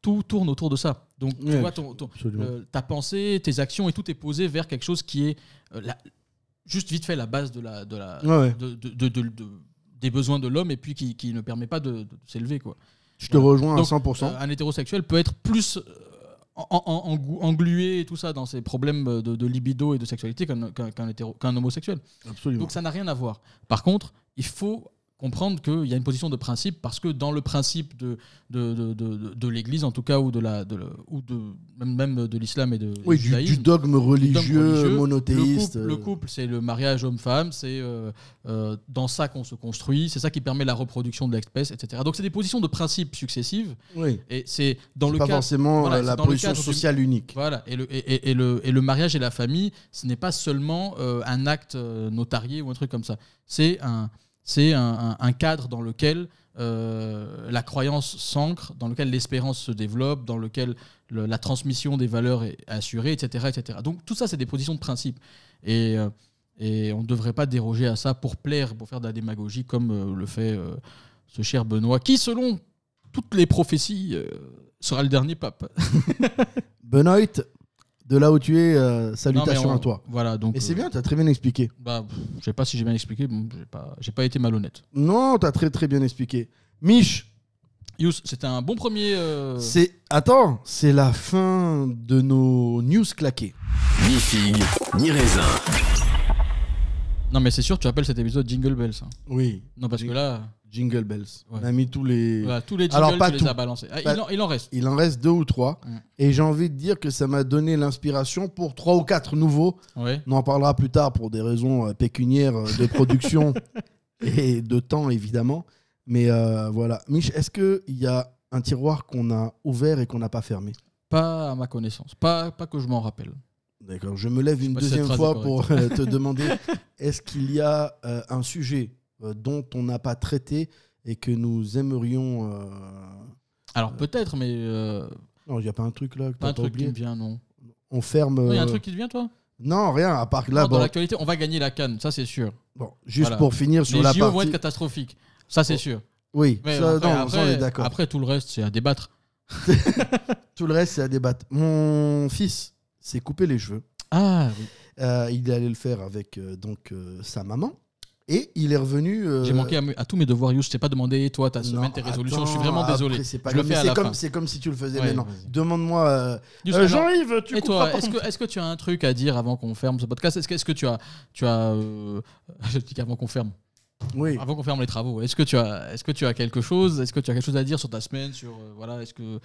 B: tout tourne autour de ça. Donc, tu
C: Ouais,
B: vois, ton- ton-
C: absolument.
B: euh, ta pensée, tes actions et tout est posé vers quelque chose qui est euh, la- juste vite fait la base de la, de la,
C: Ouais, ouais.
B: de- de- de- de- de- des besoins de l'homme et puis qui, qui ne permet pas de, de- de s'élever. quoi.
C: Je te rejoins à 100%.
B: euh, un hétérosexuel peut être plus euh, en- en- en- englué et tout ça dans ses problèmes de, de libido et de sexualité qu'un qu'un- qu'un hétéro- qu'un homosexuel.
C: Absolument.
B: euh, Donc ça n'a rien à voir. Par contre, il faut comprendre qu'il y a une position de principe parce que dans le principe de, de, de, de- de- de l'Église, en tout cas, ou de la de, le- ou de même, même de l'islam et de
C: Oui,
B: du
C: du-
B: judaïsme,
C: du dogme religieux, monothéiste,
B: Le couple, le
C: euh.
B: couple, c'est le mariage homme-femme, c'est euh, euh, dans ça qu'on se construit, c'est ça qui permet la reproduction de l'espèce, etc. Donc c'est des positions de principe successives.
C: euh, Oui.
B: Et c'est dans
C: C'est
B: le
C: pas
B: cadre-
C: forcément, euh,
B: c'est
C: la
B: dans le
C: position
B: cadre du-
C: sociale unique.
B: voilà, et le, et, et- et le, et le mariage et la famille, ce n'est pas seulement euh, un acte euh, notarié ou un truc comme ça. C'est un, c'est un, un- un cadre dans lequel euh, la croyance s'ancre, dans lequel l'espérance se développe, dans lequel le- la transmission des valeurs est assurée, etc. etc. Donc tout ça, c'est des positions de principe. Et, euh, et on ne devrait pas déroger à ça pour plaire, pour faire de la démagogie comme euh, le fait euh, ce cher Benoît, qui, selon toutes les prophéties, euh, sera le dernier pape.
C: Benoît, de là où tu es, euh,
B: Non,
C: salutations
B: mais on-
C: à toi.
B: voilà, donc,
C: Et c'est
B: euh,
C: bien, t'as très bien expliqué.
B: Bah, pff, je sais pas si j'ai bien expliqué, bon, j'ai pas, j'ai pas été malhonnête.
C: Non, t'as très très bien expliqué. Mich,
B: Yous, c'était un bon premier. euh,
C: c'est attends, c'est la fin de nos news claquées.
H: Ni figue, ni raisin.
B: Non, mais c'est sûr, tu appelles cet épisode Jingle Bells. hein.
C: Oui.
B: Non, parce que là.
C: Jingle Bells. On a mis tous les.
B: Voilà, tous les jingles,
C: Alors, pas
B: tu les
C: tout.
B: as balancés. Ah,
C: Pas-
B: il en- il en reste.
C: Il en reste deux ou trois. Et j'ai envie de dire que ça m'a donné l'inspiration pour trois ou quatre nouveaux.
B: Ouais.
C: On en parlera plus tard pour des raisons euh, pécuniaires euh, de production et de temps, évidemment. Mais euh, voilà. Mich, est-ce qu'il y a un tiroir qu'on a ouvert et qu'on n'a pas fermé
B: Pas à ma connaissance. Pas, pas que je m'en rappelle.
C: D'accord, je me lève
B: sais
C: une
B: pas si
C: deuxième
B: cette phrase
C: fois
B: est
C: pour
B: correcte.
C: euh, te demander est-ce qu'il y a euh, un sujet euh, dont on n'a pas traité et que nous aimerions. euh,
B: Alors peut-être, mais.
C: Non, il n'y a Euh, pas un truc là que
B: Pas
C: t'as
B: un truc qui
C: oublié Euh,
B: me vient, non.
C: On ferme.
B: Non, Il y a un
C: euh,
B: truc qui te vient, toi
C: Non, rien, à part que
B: Non,
C: là.
B: Dans
C: bon,
B: l'actualité, on va gagner la canne, ça c'est sûr.
C: Bon, juste pour finir sur
B: les
C: la
B: JO vont
C: partie-
B: être catastrophiques, ça c'est
C: Oh.
B: sûr.
C: Oui, ça, non, ça, on est
B: d'accord. Après, tout le reste, c'est à débattre.
C: Tout le reste, c'est à débattre. Mon fils s'est coupé les cheveux.
B: Ah
C: il est allé le faire avec euh, donc euh, sa maman. Et il est revenu. euh,
B: J'ai manqué à, me- à tous mes devoirs, Yous. Je t'ai pas demandé, toi, ta semaine, tes résolutions. je suis vraiment
C: Attends,
B: désolé.
C: après, euh, C'est pas
B: je le
C: grave,
B: fais
C: mais
B: à
C: c'est
B: la
C: comme,
B: fin.
C: c'est comme si tu le faisais
B: Ouais,
C: maintenant.
B: vas-y.
C: Demande-moi. euh,
B: Yous,
C: euh,
B: alors,
C: Jean-Yves, tu
B: Et toi,
C: comprends
B: est-ce que,
C: pas
B: est-ce que tu as un truc à dire avant qu'on ferme ce podcast Est-ce que, est-ce que tu as. Tu as euh, je dis qu'avant qu'on ferme.
C: Oui.
B: Avant qu'on ferme les travaux, est-ce que tu as, est-ce que tu as quelque chose, est-ce que tu as quelque chose à dire sur ta semaine, sur euh, voilà, est-ce que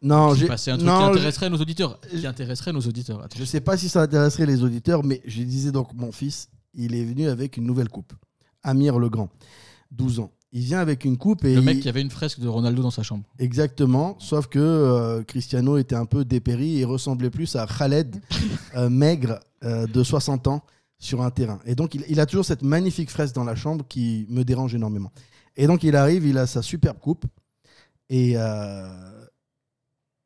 C: Non,
B: j'ai
C: j'ai-
B: passé un truc
C: non,
B: qui
C: j'ai-
B: intéresserait nos auditeurs, qui intéresserait nos auditeurs. Attends.
C: Je sais pas si ça intéresserait les auditeurs, mais je disais donc, mon fils, il est venu avec une nouvelle coupe. Amir le Grand, 12 ans. Il vient avec une coupe et.
B: Le mec
C: il-
B: qui avait une fresque de Ronaldo dans sa chambre.
C: Exactement, sauf que euh, Cristiano était un peu dépéri et ressemblait plus à Khaled, euh, maigre euh, de 60 ans, sur un terrain. Et donc, il, il a toujours cette magnifique fraise dans la chambre qui me dérange énormément. Et donc, il arrive, il a sa superbe coupe et, euh,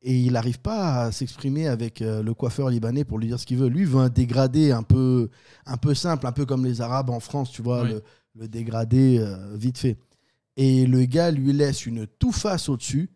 C: et il n'arrive pas à s'exprimer avec euh, le coiffeur libanais pour lui dire ce qu'il veut. Lui, il veut un dégradé un peu, un peu simple, un peu comme les Arabes en France, tu vois,
B: Oui.
C: le, le dégradé euh, vite fait. Et le gars lui laisse une tout face au-dessus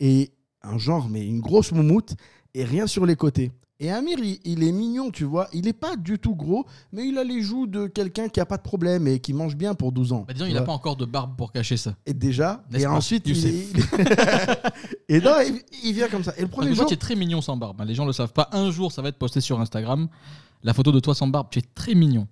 C: et un genre, mais une grosse moumoute et rien sur les côtés. Et Amir, il, il est mignon, tu vois. Il n'est pas du tout gros, mais il a les joues de quelqu'un qui a pas de problème et qui mange bien pour 12 ans.
B: Bah, disons,
C: tu
B: il n'a
C: vois.
B: pas encore de barbe pour cacher ça.
C: Et déjà,
B: N'est-ce
C: et
B: pas,
C: ensuite, il,
B: Youssef Bah,
C: il- et non, il, il vient comme ça. Et le premier
B: Parce que toi,
C: jour,
B: tu es très mignon sans barbe. hein. Les gens le savent pas. Un jour, ça va être posté sur Instagram. La photo de toi sans barbe, tu es très mignon.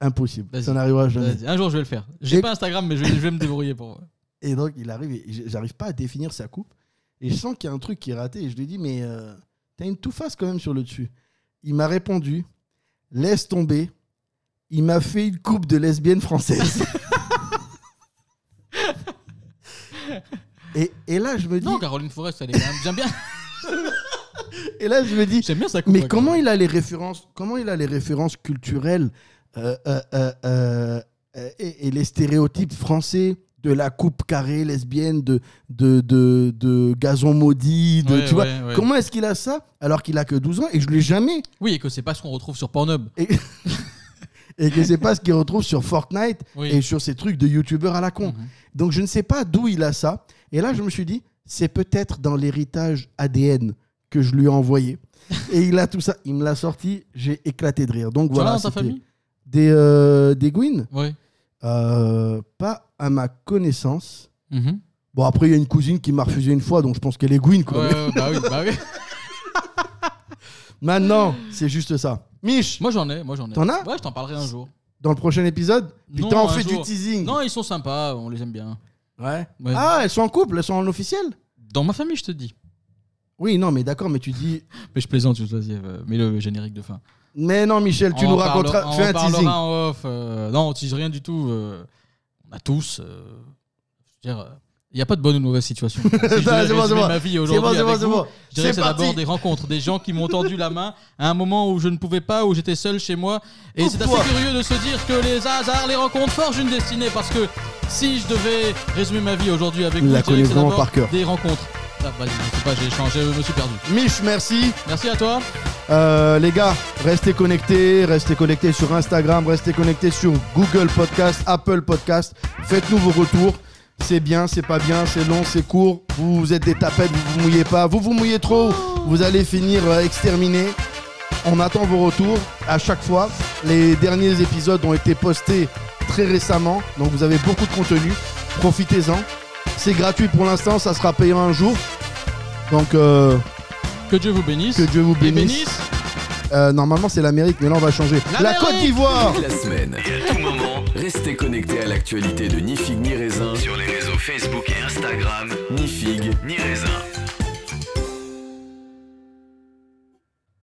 C: impossible.
B: Vas-y.
C: Ça n'arrivera jamais.
B: Vas-y, Un jour, je vais le faire. J'ai
C: Et-
B: pas Instagram, mais je, je vais me débrouiller pour.
C: Et donc, il arrive et j- j'arrive pas à définir sa coupe. Et je sens qu'il y a un truc qui est raté. Et je lui dis, mais euh, t'as une tout face quand même sur le dessus. Il m'a répondu, laisse tomber. Il m'a fait une coupe de lesbienne française. et, et là, je me dis.
B: Non, Caroline Forest, elle est quand même. J'aime bien.
C: Et là, je me dis,
B: coupe,
C: mais
B: ouais,
C: comment il a les références, comment il a les références culturelles euh, euh, euh, euh, euh, et, et les stéréotypes français de la coupe carrée lesbienne, de de, de, de gazon maudit, de
B: Ouais,
C: tu vois.
B: ouais, ouais.
C: Comment est-ce qu'il a ça alors qu'il a que 12 ans et je l'ai jamais
B: Oui, et que c'est pas ce qu'on retrouve sur Pornhub.
C: et que c'est pas ce qu'il retrouve sur Fortnite
B: Oui. Mhm.
C: et sur ces trucs de youtubeurs à la con. Donc je ne sais pas d'où il a ça. Et là, je me suis dit, c'est peut-être dans l'héritage ADN que je lui ai envoyé. Et il a tout ça, il me l'a sorti, j'ai éclaté de rire. Donc
B: T'en as
C: voilà,
B: dans ta
C: c'était
B: famille
C: des euh, des Gwyn
B: Ouais.
C: Euh, pas à ma connaissance. Bon après il y a une cousine qui m'a refusé une fois, donc je pense qu'elle est Gwyn quoi.
B: Ouais, ouais, bah oui, bah oui.
C: Maintenant, c'est juste ça. Mich
B: Moi, j'en ai. Moi, j'en ai.
C: T'en as
B: Ouais, je t'en parlerai un jour.
C: Dans le prochain épisode, putain,
B: Non,
C: on
B: un
C: fait du
B: jour.
C: teasing.
B: Non, ils sont sympas, on les aime bien.
C: Ouais.
B: Ouais.
C: Ah, elles sont en couple, elles sont en officiel
B: Dans ma famille, je te dis.
C: Oui, non, mais d'accord, mais tu dis.
B: Mais je plaisante, vas-y, euh, mets le générique de fin.
C: Mais non, Michel, tu
B: On
C: nous
B: en parlera-
C: raconteras. Fais
B: on
C: un
B: en parlera
C: teasing.
B: en off. euh, non, on tease rien du tout. euh, on a tous. euh, je veux dire, il n'y a pas de bonne ou de mauvaise situation. Si je devais
C: C'est bon, c'est bon,
B: résumer
C: c'est bon.
B: ma vie
C: C'est
B: aujourd'hui
C: bon, c'est
B: avec
C: bon, c'est
B: vous,
C: bon.
B: je dirais que
C: C'est
B: c'est d'abord
C: parti.
B: des rencontres, des gens qui m'ont tendu la main à un moment où je ne pouvais pas, où j'étais seul chez moi. Et c'est assez curieux de se dire que les hasards, les rencontres forgent une destinée parce que si je devais résumer ma vie aujourd'hui avec
C: Il
B: vous,
C: la
B: je dirais
C: connaît
B: que c'est
C: vraiment
B: d'abord
C: par cœur.
B: Des rencontres. Ah, vas-y, je sais pas, j'ai changé, je me suis perdu.
C: Mich, merci.
B: Merci à toi.
C: Euh, les gars, restez connectés, restez connectés sur Instagram, restez connectés sur Google Podcast, Apple Podcast. Faites-nous vos retours. C'est bien, c'est pas bien, c'est long, c'est court. Vous, vous êtes des tapettes, vous vous mouillez pas. Vous vous mouillez trop, vous allez finir euh, exterminé. On attend vos retours à chaque fois. Les derniers épisodes ont été postés très récemment, donc vous avez beaucoup de contenu. Profitez-en. C'est gratuit pour l'instant, ça sera payant un jour. Donc euh,
B: Que Dieu vous bénisse.
C: que Dieu vous
B: Et
C: bénisse.
B: bénisse.
C: Euh, normalement, c'est l'Amérique, mais là, on va changer. La
H: L'Amérique
C: Côte d'Ivoire
H: La semaine et à tout moment, restez connectés à l'actualité de Ni Figue Ni Raisin sur les réseaux Facebook et Instagram Ni Figue Ni Raisin.